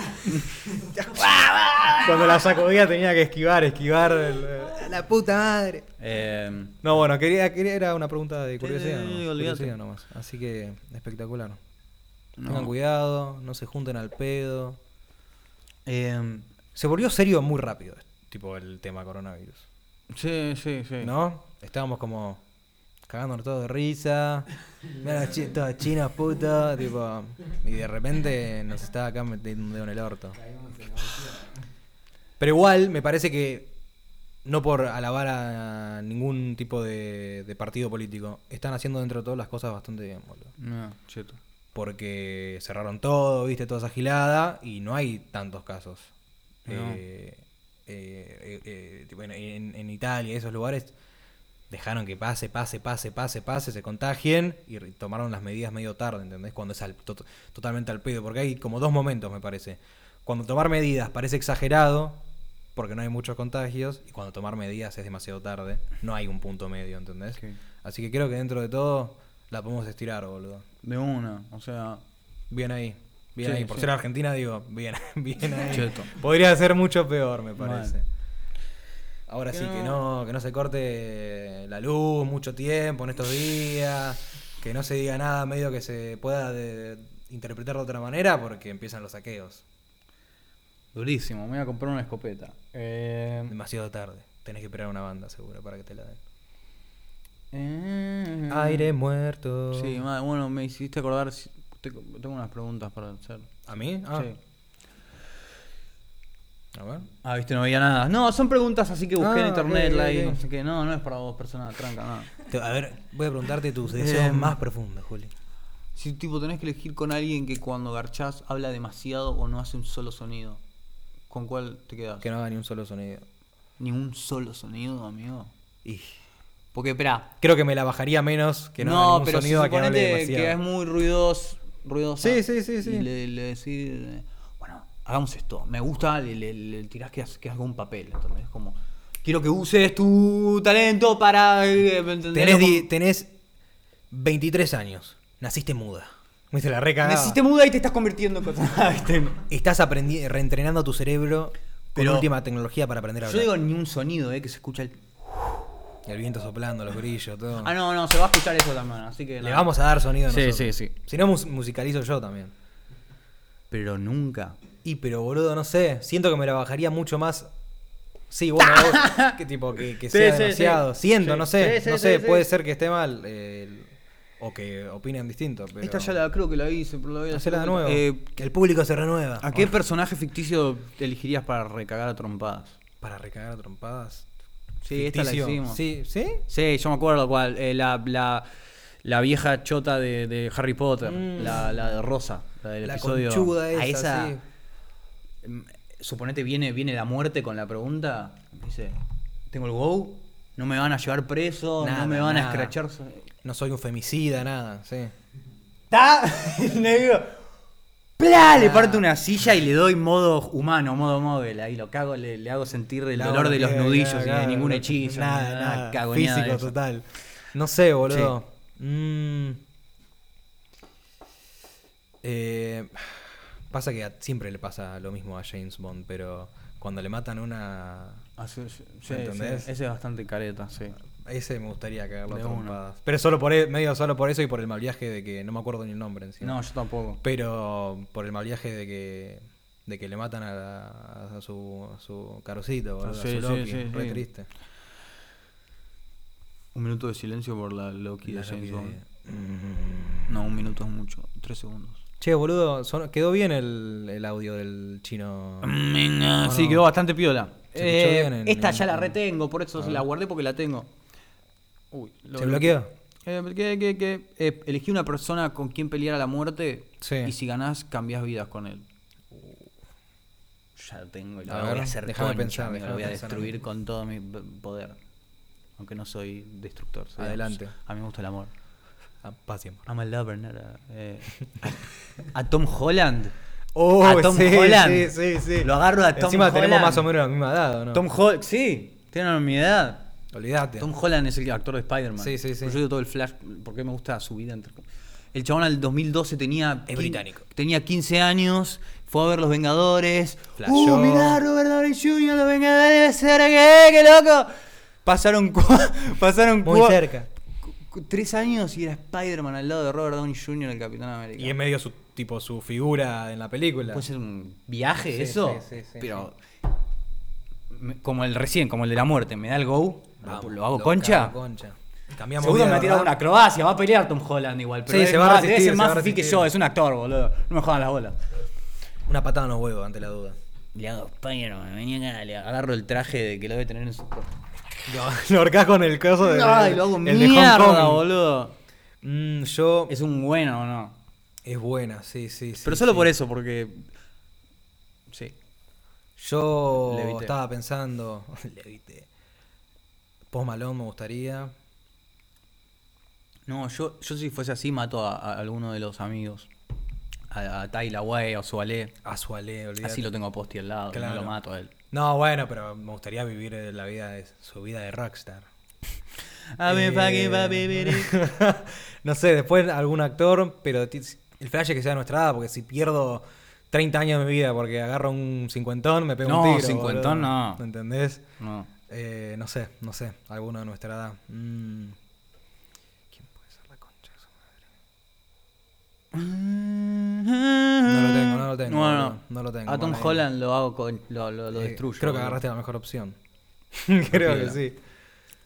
[SPEAKER 2] Ah. Cuando la sacudía tenía que esquivar, esquivar. el- La puta madre.
[SPEAKER 1] Eh,
[SPEAKER 2] No, bueno, quería, quería era una pregunta de curiosidad,
[SPEAKER 1] Eh,
[SPEAKER 2] nomás,
[SPEAKER 1] olvídate.
[SPEAKER 2] curiosidad nomás. Así que espectacular. Tengan
[SPEAKER 1] No.
[SPEAKER 2] cuidado, no se junten al pedo.
[SPEAKER 1] eh,
[SPEAKER 2] Se volvió serio muy rápido, tipo el tema coronavirus.
[SPEAKER 1] sí, sí, sí.
[SPEAKER 2] ¿No? Estábamos como cagándonos todos de risa. Mira, los chi- todos chinos, puto. Tipo, y de repente nos está acá metiendo un dedo en el orto. Pero igual, me parece que, no por alabar a ningún tipo de, de partido político, están haciendo dentro de todas las cosas bastante bien, boludo.
[SPEAKER 1] No, cheto.
[SPEAKER 2] Porque cerraron todo, viste, toda esa gilada, y no hay tantos casos.
[SPEAKER 1] No.
[SPEAKER 2] Eh, eh, eh, eh, tipo, en, en- en Italia, esos lugares, dejaron que pase, pase, pase, pase, pase, se contagien y re- tomaron las medidas medio tarde, ¿entendés? Cuando es al- to- totalmente al pedo, porque hay como dos momentos, me parece. Cuando tomar medidas parece exagerado, porque no hay muchos contagios, y cuando tomar medidas es demasiado tarde, no hay un punto medio, ¿entendés?
[SPEAKER 1] Ok.
[SPEAKER 2] Así que creo que dentro de todo la podemos estirar, boludo.
[SPEAKER 1] De una, o sea.
[SPEAKER 2] Bien ahí. Bien
[SPEAKER 1] Sí,
[SPEAKER 2] ahí. Por
[SPEAKER 1] sí.
[SPEAKER 2] ser argentina, digo, bien, bien ahí.
[SPEAKER 1] Cheto.
[SPEAKER 2] Podría ser mucho peor, me parece.
[SPEAKER 1] Mal.
[SPEAKER 2] Ahora
[SPEAKER 1] Que
[SPEAKER 2] sí, que
[SPEAKER 1] no-
[SPEAKER 2] no, que no se corte la luz mucho tiempo en estos días. Que no se diga nada medio que se pueda de- interpretar de otra manera porque empiezan los saqueos.
[SPEAKER 1] Durísimo, me voy a comprar una escopeta. Eh,
[SPEAKER 2] Demasiado tarde. Tenés que esperar una banda seguro para que te la den.
[SPEAKER 1] eh,
[SPEAKER 2] Aire muerto.
[SPEAKER 1] Sí, madre, bueno, me hiciste acordar. si- te- Tengo unas preguntas para hacer.
[SPEAKER 2] ¿A mí? Ah,
[SPEAKER 1] Sí.
[SPEAKER 2] A ver.
[SPEAKER 1] Ah, viste, no veía nada. No, son preguntas así que busqué en
[SPEAKER 2] Ah,
[SPEAKER 1] internet,
[SPEAKER 2] ok,
[SPEAKER 1] like,
[SPEAKER 2] ok.
[SPEAKER 1] no sé qué. No, no es para vos, persona, tranca, nada.
[SPEAKER 2] Te- A ver, voy a preguntarte tus deseos
[SPEAKER 1] Em.
[SPEAKER 2] más profundos, Juli.
[SPEAKER 1] Si tipo tenés que elegir con alguien que cuando garchás habla demasiado o no hace un solo sonido, ¿con cuál te quedas?
[SPEAKER 2] Que no haga ni un solo sonido.
[SPEAKER 1] Ni un solo sonido, amigo.
[SPEAKER 2] Y
[SPEAKER 1] Porque, espera.
[SPEAKER 2] creo que me la bajaría menos que no, haga
[SPEAKER 1] No,
[SPEAKER 2] ningún
[SPEAKER 1] pero si
[SPEAKER 2] sonido a que hable
[SPEAKER 1] suponete que,
[SPEAKER 2] demasiado.
[SPEAKER 1] es muy ruidoso. ruidosa,
[SPEAKER 2] Sí, sí, sí, sí.
[SPEAKER 1] Y le, le decís, eh, bueno, hagamos esto. Me gusta, le, le- le tirás que, haga un papel. ¿entendés? Como, quiero que uses tu talento para. eh, ¿entendés?
[SPEAKER 2] tenés,
[SPEAKER 1] Como-
[SPEAKER 2] di- tenés 23 años. Naciste muda. Me hice la reca.
[SPEAKER 1] Naciste muda y te estás convirtiendo en Ah, este, cosas. ¿viste?
[SPEAKER 2] Estás aprendi- reentrenando tu cerebro
[SPEAKER 1] Pero-
[SPEAKER 2] con última tecnología para aprender a
[SPEAKER 1] Yo
[SPEAKER 2] hablar.
[SPEAKER 1] digo ni un sonido, eh, que se escucha el.
[SPEAKER 2] El viento soplando, los grillos, todo.
[SPEAKER 1] Ah, no, no, se va a escuchar eso también, así que.
[SPEAKER 2] Le
[SPEAKER 1] nada.
[SPEAKER 2] vamos a dar sonido
[SPEAKER 1] Sí,
[SPEAKER 2] nosotros.
[SPEAKER 1] sí, sí.
[SPEAKER 2] Si no, mus- musicalizo yo también.
[SPEAKER 1] Pero nunca.
[SPEAKER 2] Y pero boludo, no sé. Siento que me la bajaría mucho más. Sí, bueno, vos- que tipo que, que
[SPEAKER 1] Sí,
[SPEAKER 2] sea
[SPEAKER 1] sí,
[SPEAKER 2] demasiado.
[SPEAKER 1] sí.
[SPEAKER 2] Siento,
[SPEAKER 1] Sí.
[SPEAKER 2] no sé,
[SPEAKER 1] Sí, sí,
[SPEAKER 2] no
[SPEAKER 1] sí,
[SPEAKER 2] sé,
[SPEAKER 1] sí.
[SPEAKER 2] puede ser que esté mal eh, el- o que opinen distinto, pero
[SPEAKER 1] Esta ya la creo que la hice, pero la voy a
[SPEAKER 2] Hacela de
[SPEAKER 1] otra.
[SPEAKER 2] nuevo.
[SPEAKER 1] Eh,
[SPEAKER 2] que el público se renueva.
[SPEAKER 1] ¿A qué
[SPEAKER 2] Bueno,
[SPEAKER 1] personaje ficticio elegirías para recagar a trompadas?
[SPEAKER 2] para recagar a trompadas.
[SPEAKER 1] Sí, esta la
[SPEAKER 2] Ficticio.
[SPEAKER 1] hicimos.
[SPEAKER 2] Sí, sí.
[SPEAKER 1] Sí, yo me acuerdo cuál. eh, la, la, la vieja chota de, de Harry Potter.
[SPEAKER 2] Mm.
[SPEAKER 1] La, la de Rosa. La del
[SPEAKER 2] la
[SPEAKER 1] episodio.
[SPEAKER 2] conchuda esa,
[SPEAKER 1] a esa.
[SPEAKER 2] sí.
[SPEAKER 1] mm, Suponete viene, viene la muerte con la pregunta. Dice: ¿Tengo el go? ¿No me van a llevar preso?
[SPEAKER 2] Nada,
[SPEAKER 1] ¿No me van a
[SPEAKER 2] nada.
[SPEAKER 1] escrachar?
[SPEAKER 2] No soy un femicida, nada, sí.
[SPEAKER 1] ¡Ta! le digo. ¡Pla! Le parto una silla y le doy modo humano, modo móvil. Ahí lo cago, le, le hago sentir el
[SPEAKER 2] La
[SPEAKER 1] dolor de los
[SPEAKER 2] boquea,
[SPEAKER 1] nudillos
[SPEAKER 2] claro,
[SPEAKER 1] y de
[SPEAKER 2] claro,
[SPEAKER 1] ningún
[SPEAKER 2] no-
[SPEAKER 1] hechizo.
[SPEAKER 2] Nada, nada.
[SPEAKER 1] cagoneada de
[SPEAKER 2] Físico
[SPEAKER 1] esa.
[SPEAKER 2] total. No sé, boludo. Mm. Eh, pasa que a- siempre le pasa lo mismo a James Bond, pero cuando le matan una.
[SPEAKER 1] Ah, sí, sí, sí,
[SPEAKER 2] ¿Entendés? Ah,
[SPEAKER 1] sí, ese es bastante careta, sí.
[SPEAKER 2] Ese me gustaría cagarlo a
[SPEAKER 1] De una.
[SPEAKER 2] trompadas. Pero solo por, e- medio solo por eso y por el mal viaje de que no me acuerdo ni el nombre encima.
[SPEAKER 1] No, yo tampoco.
[SPEAKER 2] Pero por el mal viaje de que, de que le matan a, la- a su, a su carocito, boludo,
[SPEAKER 1] sí,
[SPEAKER 2] a
[SPEAKER 1] sí,
[SPEAKER 2] su Loki.
[SPEAKER 1] sí,
[SPEAKER 2] re
[SPEAKER 1] sí.
[SPEAKER 2] triste.
[SPEAKER 1] Un minuto de silencio por la Loki
[SPEAKER 2] La
[SPEAKER 1] de James
[SPEAKER 2] Loki
[SPEAKER 1] Bond.
[SPEAKER 2] de- Mm.
[SPEAKER 1] No, un minuto es mucho. Tres segundos.
[SPEAKER 2] Che, boludo, son- quedó bien el, el audio del chino.
[SPEAKER 1] sí, quedó bastante piola.
[SPEAKER 2] Se escuchó
[SPEAKER 1] Eh,
[SPEAKER 2] bien en-
[SPEAKER 1] esta
[SPEAKER 2] en-
[SPEAKER 1] ya la
[SPEAKER 2] en-
[SPEAKER 1] retengo, por eso se la guardé porque la tengo. Uy, lo-
[SPEAKER 2] ¿Se bloqueó?
[SPEAKER 1] Eh, ¿qué, qué, qué? Eh, elegí una persona con quien pelear a la muerte
[SPEAKER 2] Sí.
[SPEAKER 1] y si ganás, cambias vidas con él. Ya lo tengo y lo
[SPEAKER 2] A
[SPEAKER 1] voy
[SPEAKER 2] ver,
[SPEAKER 1] a hacer
[SPEAKER 2] déjame
[SPEAKER 1] concha,
[SPEAKER 2] pensar,
[SPEAKER 1] amigo, lo
[SPEAKER 2] déjame
[SPEAKER 1] voy a
[SPEAKER 2] pensar.
[SPEAKER 1] destruir con todo mi p- poder. Aunque no soy destructor. soy-
[SPEAKER 2] Adelante.
[SPEAKER 1] A mí me gusta el amor.
[SPEAKER 2] Ah, paz y amor.
[SPEAKER 1] I'm a lover, not a- eh, a Tom Holland.
[SPEAKER 2] Oh,
[SPEAKER 1] a Tom
[SPEAKER 2] sí,
[SPEAKER 1] Holland.
[SPEAKER 2] sí, sí, sí.
[SPEAKER 1] Lo agarro a Tom
[SPEAKER 2] Encima tenemos
[SPEAKER 1] Holland.
[SPEAKER 2] más o menos la misma edad, ¿o ¿no?
[SPEAKER 1] Tom Holland, sí, tienen mi edad.
[SPEAKER 2] Olvídate.
[SPEAKER 1] Tom Holland es el actor de Spider-Man.
[SPEAKER 2] Sí, sí, sí.
[SPEAKER 1] Pero Yo digo todo el flash porque me gusta su vida. entre- El chabón al 2012 tenía.
[SPEAKER 2] Es
[SPEAKER 1] quin-
[SPEAKER 2] británico.
[SPEAKER 1] Tenía 15 años, fue a ver Los Vengadores.
[SPEAKER 2] Flashó.
[SPEAKER 1] ¡Uh, mirá, Robert Downey Jr., Los Vengadores! ¿será que- ¡Qué loco! Pasaron, cua- pasaron
[SPEAKER 2] Muy
[SPEAKER 1] cua-
[SPEAKER 2] cerca.
[SPEAKER 1] cu- cu- Tres años y era Spider-Man al lado de Robert Downey Jr., el Capitán América.
[SPEAKER 2] Y es medio su tipo su figura en la película.
[SPEAKER 1] Puede ser un viaje
[SPEAKER 2] Sí,
[SPEAKER 1] eso,
[SPEAKER 2] sí, sí, sí,
[SPEAKER 1] pero me- como el recién, como el de la muerte, me da el go, lo-
[SPEAKER 2] Vamos,
[SPEAKER 1] lo hago
[SPEAKER 2] lo
[SPEAKER 1] concha.
[SPEAKER 2] cago concha. Cambiamos
[SPEAKER 3] Seguro
[SPEAKER 2] vida,
[SPEAKER 3] me ha tirado
[SPEAKER 2] ¿verdad?
[SPEAKER 3] una acrobacia, va a pelear Tom Holland igual. Pero
[SPEAKER 2] Sí,
[SPEAKER 3] es
[SPEAKER 2] se va a
[SPEAKER 3] más-
[SPEAKER 2] resistir,
[SPEAKER 3] debe ser
[SPEAKER 2] se va
[SPEAKER 3] más
[SPEAKER 2] a
[SPEAKER 3] difícil que
[SPEAKER 2] resistir.
[SPEAKER 3] yo, es un actor, boludo. No me jodan las bolas.
[SPEAKER 2] Una patada en los huevos ante la duda.
[SPEAKER 1] Le hago Spider-Man, vení acá, le agarro el traje de que lo debe tener en su cuerpo.
[SPEAKER 2] Lo, lo ahorcás con el coso de.
[SPEAKER 1] Ay, lo hago
[SPEAKER 2] el de Hong
[SPEAKER 1] mierda,
[SPEAKER 2] Kong.
[SPEAKER 1] boludo.
[SPEAKER 2] Mm, yo. Es,
[SPEAKER 1] Es un bueno o no.
[SPEAKER 2] buena, sí, sí. sí,
[SPEAKER 1] Pero solo
[SPEAKER 2] sí.
[SPEAKER 1] por eso, porque. Sí.
[SPEAKER 2] Yo
[SPEAKER 1] Levité.
[SPEAKER 2] estaba pensando. Levité. Post Malone me gustaría.
[SPEAKER 1] No, yo, yo si fuese así mato a, a alguno de los amigos. A, a Tyla Way, a Sualé.
[SPEAKER 2] Azualé, olvídate.
[SPEAKER 1] Así lo tengo a Posti al lado,
[SPEAKER 2] Claro.
[SPEAKER 1] no lo mato a él.
[SPEAKER 2] No, bueno, pero me gustaría vivir eh, la vida de, su vida de rockstar. Eh, no sé, después algún actor, pero ti- el flash es que sea de nuestra edad, porque si pierdo 30 años de mi vida porque agarro un cincuentón, me pego
[SPEAKER 1] No,
[SPEAKER 2] un tiro.
[SPEAKER 1] cincuentón
[SPEAKER 2] boludo.
[SPEAKER 1] no.
[SPEAKER 2] ¿Me ¿Entendés?
[SPEAKER 1] No.
[SPEAKER 2] Eh, no sé, no sé, alguno de nuestra edad. Mm. ¿Quién puede ser la concha de su madre? No lo tengo, no lo tengo.
[SPEAKER 1] No,
[SPEAKER 2] boludo,
[SPEAKER 1] no.
[SPEAKER 2] no lo tengo.
[SPEAKER 1] A Tom
[SPEAKER 2] bueno, ahí.
[SPEAKER 1] Holland lo hago con. Lo, lo, lo
[SPEAKER 2] Eh,
[SPEAKER 1] destruyo.
[SPEAKER 2] Creo que
[SPEAKER 1] boludo.
[SPEAKER 2] agarraste la mejor opción. creo que
[SPEAKER 1] piola.
[SPEAKER 2] sí.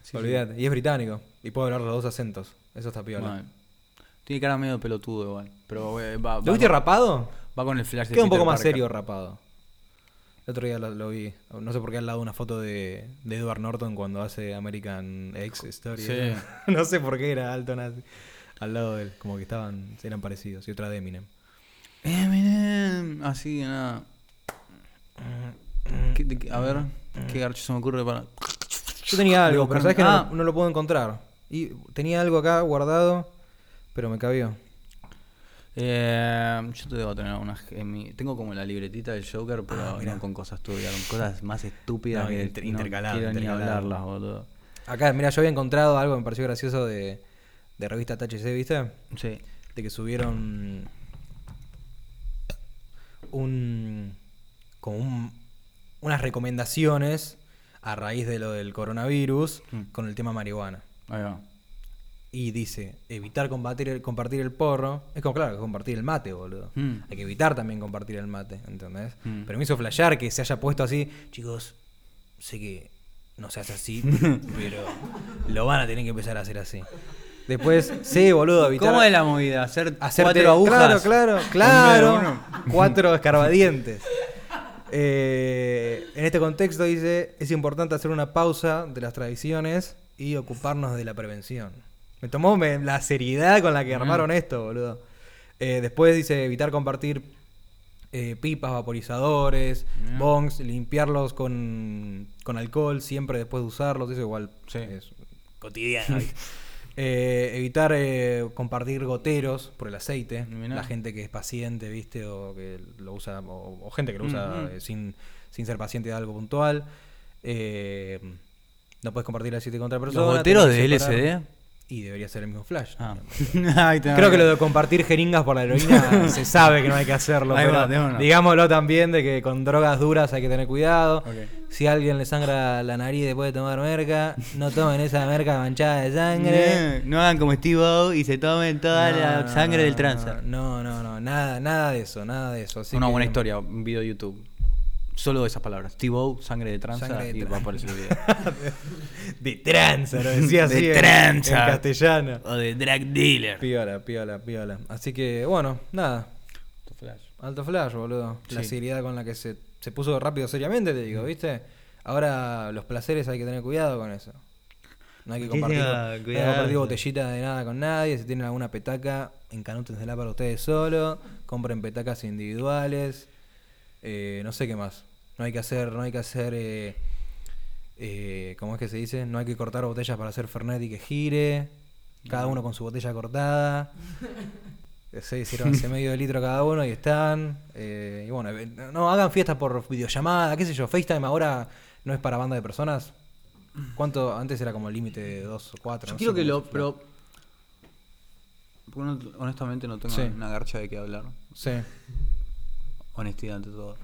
[SPEAKER 1] sí.
[SPEAKER 2] Olvídate. Y es británico. Y puedo hablar los dos acentos. Eso está piola.
[SPEAKER 1] Mal. Tiene cara medio pelotudo igual. Pero eh, va, va,
[SPEAKER 2] ¿Lo viste
[SPEAKER 1] con,
[SPEAKER 2] rapado?
[SPEAKER 1] va con el flash de
[SPEAKER 2] Queda un poco
[SPEAKER 1] Peter
[SPEAKER 2] más
[SPEAKER 1] Parker.
[SPEAKER 2] serio rapado. El otro día lo, lo vi. No sé por qué al lado una foto de, de Edward Norton cuando hace American X Story.
[SPEAKER 1] Sí.
[SPEAKER 2] no sé por qué era Alton así, al lado de él. Como que estaban, eran parecidos. Y otra de Eminem.
[SPEAKER 1] Eminem. Así que nada.
[SPEAKER 2] Mm,
[SPEAKER 1] ¿Qué- de qué- a ver, ¿qué garcho se me ocurre para.?
[SPEAKER 2] Yo tenía algo, pero
[SPEAKER 1] buscar-
[SPEAKER 2] sabes que no-
[SPEAKER 1] Ah.
[SPEAKER 2] no, lo puedo encontrar. Y tenía algo acá guardado, pero me cabió.
[SPEAKER 1] Eh, yo te debo tener algunas. en mi- tengo como la libretita del Joker, pero no con cosas tuyas, con cosas más estúpidas
[SPEAKER 2] Ah, No,
[SPEAKER 1] que
[SPEAKER 2] inter-
[SPEAKER 1] no
[SPEAKER 2] intercalado,
[SPEAKER 1] quiero ni
[SPEAKER 2] intercalado.
[SPEAKER 1] hablarlas, boludo.
[SPEAKER 2] Acá, mira, yo había encontrado algo que me pareció gracioso de, de revista THC, ¿viste?
[SPEAKER 1] Sí.
[SPEAKER 2] De que subieron un como un- unas recomendaciones a raíz de lo del coronavirus
[SPEAKER 1] Mm.
[SPEAKER 2] con el tema marihuana.
[SPEAKER 1] Ahí va.
[SPEAKER 2] Y dice, evitar combatir el- compartir el porro. Es como, claro, compartir el mate, boludo.
[SPEAKER 1] Mm.
[SPEAKER 2] Hay que evitar también compartir el mate, ¿entendés?
[SPEAKER 1] Mm.
[SPEAKER 2] Pero me hizo flashear que se haya puesto así, chicos, sé que no se hace así, pero lo van a tener que empezar a hacer así. Después, sí, boludo, evitar...
[SPEAKER 1] ¿Cómo es la movida? Hacer
[SPEAKER 2] Hacerte,
[SPEAKER 1] cuatro agujas.
[SPEAKER 2] Claro,
[SPEAKER 1] Con
[SPEAKER 2] claro,
[SPEAKER 1] medio de
[SPEAKER 2] claro.
[SPEAKER 1] uno.
[SPEAKER 2] Cuatro escarbadientes. Eh, en este contexto dice, es importante hacer una pausa de las tradiciones y ocuparnos de la prevención. Me tomó me- la seriedad con la que armaron esto, boludo. Eh, después dice evitar compartir eh, pipas, vaporizadores,
[SPEAKER 1] Bien.
[SPEAKER 2] bongs, limpiarlos con, con alcohol siempre después de usarlos. Eso igual
[SPEAKER 1] Sí.
[SPEAKER 2] es cotidiano. ¿viste? Eh, evitar eh, compartir goteros por el aceite.
[SPEAKER 1] Mirá.
[SPEAKER 2] La gente que es paciente, ¿viste? O que lo usa, o, o gente que lo usa
[SPEAKER 1] Mm, mm.
[SPEAKER 2] eh, sin, sin ser paciente de algo puntual. Eh, no puedes compartir el aceite con otra persona.
[SPEAKER 1] ¿Los goteros
[SPEAKER 2] tenés que
[SPEAKER 1] de
[SPEAKER 2] separar.
[SPEAKER 1] LSD?
[SPEAKER 2] Y debería ser el mismo flash.
[SPEAKER 1] Ah.
[SPEAKER 2] Creo que lo de compartir jeringas por la heroína se sabe que no hay que hacerlo.
[SPEAKER 1] Ahí
[SPEAKER 2] pero
[SPEAKER 1] va, de una.
[SPEAKER 2] digámoslo también de que con drogas duras hay que tener cuidado.
[SPEAKER 1] Ok.
[SPEAKER 2] Si a alguien le sangra la nariz después de tomar merca, no tomen esa merca manchada de sangre.
[SPEAKER 1] No hagan como Steve O y se tomen toda la
[SPEAKER 2] No,
[SPEAKER 1] sangre del
[SPEAKER 2] no,
[SPEAKER 1] tranza.
[SPEAKER 2] No, no, no, nada, nada de eso, nada de eso. Así
[SPEAKER 1] Una
[SPEAKER 2] que-
[SPEAKER 1] buena historia, un video de YouTube. Solo esas palabras. Steve O, sangre de tranza
[SPEAKER 2] Sangre de
[SPEAKER 1] y
[SPEAKER 2] tran-
[SPEAKER 1] va a aparecer el video.
[SPEAKER 2] De tranza, lo decía
[SPEAKER 1] De
[SPEAKER 2] así. en-
[SPEAKER 1] tranza.
[SPEAKER 2] En castellano.
[SPEAKER 1] o de drag dealer.
[SPEAKER 2] Piola, piola, piola. Así que, bueno, nada. Alto flash, boludo. La
[SPEAKER 1] Sí. Mm.
[SPEAKER 2] seriedad con la que se, se puso rápido seriamente, te digo, ¿viste? Ahora los placeres hay que tener cuidado con eso. No hay que
[SPEAKER 1] Sí,
[SPEAKER 2] compartir,
[SPEAKER 1] señor,
[SPEAKER 2] no hay que
[SPEAKER 1] cuidado.
[SPEAKER 2] compartir botellita de nada con nadie. Si tienen alguna petaca, encanútensela para ustedes solo. Compren petacas individuales. Eh, no sé qué más. No hay que hacer, no hay que hacer, eh, eh, ¿cómo es que se dice? No hay que cortar botellas para hacer Fernet y que gire.
[SPEAKER 1] Mm.
[SPEAKER 2] Cada uno con su botella cortada. Se hicieron ese medio litro cada uno y están. eh, y bueno, eh, no hagan fiestas por videollamada, qué sé yo. FaceTime ahora no es para banda de personas. ¿Cuánto? Antes era como el límite de dos o cuatro.
[SPEAKER 1] Yo
[SPEAKER 2] no
[SPEAKER 1] quiero
[SPEAKER 2] sé
[SPEAKER 1] que
[SPEAKER 2] cómo
[SPEAKER 1] lo.
[SPEAKER 2] se fue.
[SPEAKER 1] Pero. porque no- honestamente no tengo
[SPEAKER 2] Sí.
[SPEAKER 1] una garcha de qué hablar.
[SPEAKER 2] Sí.
[SPEAKER 1] Honestidad ante todo.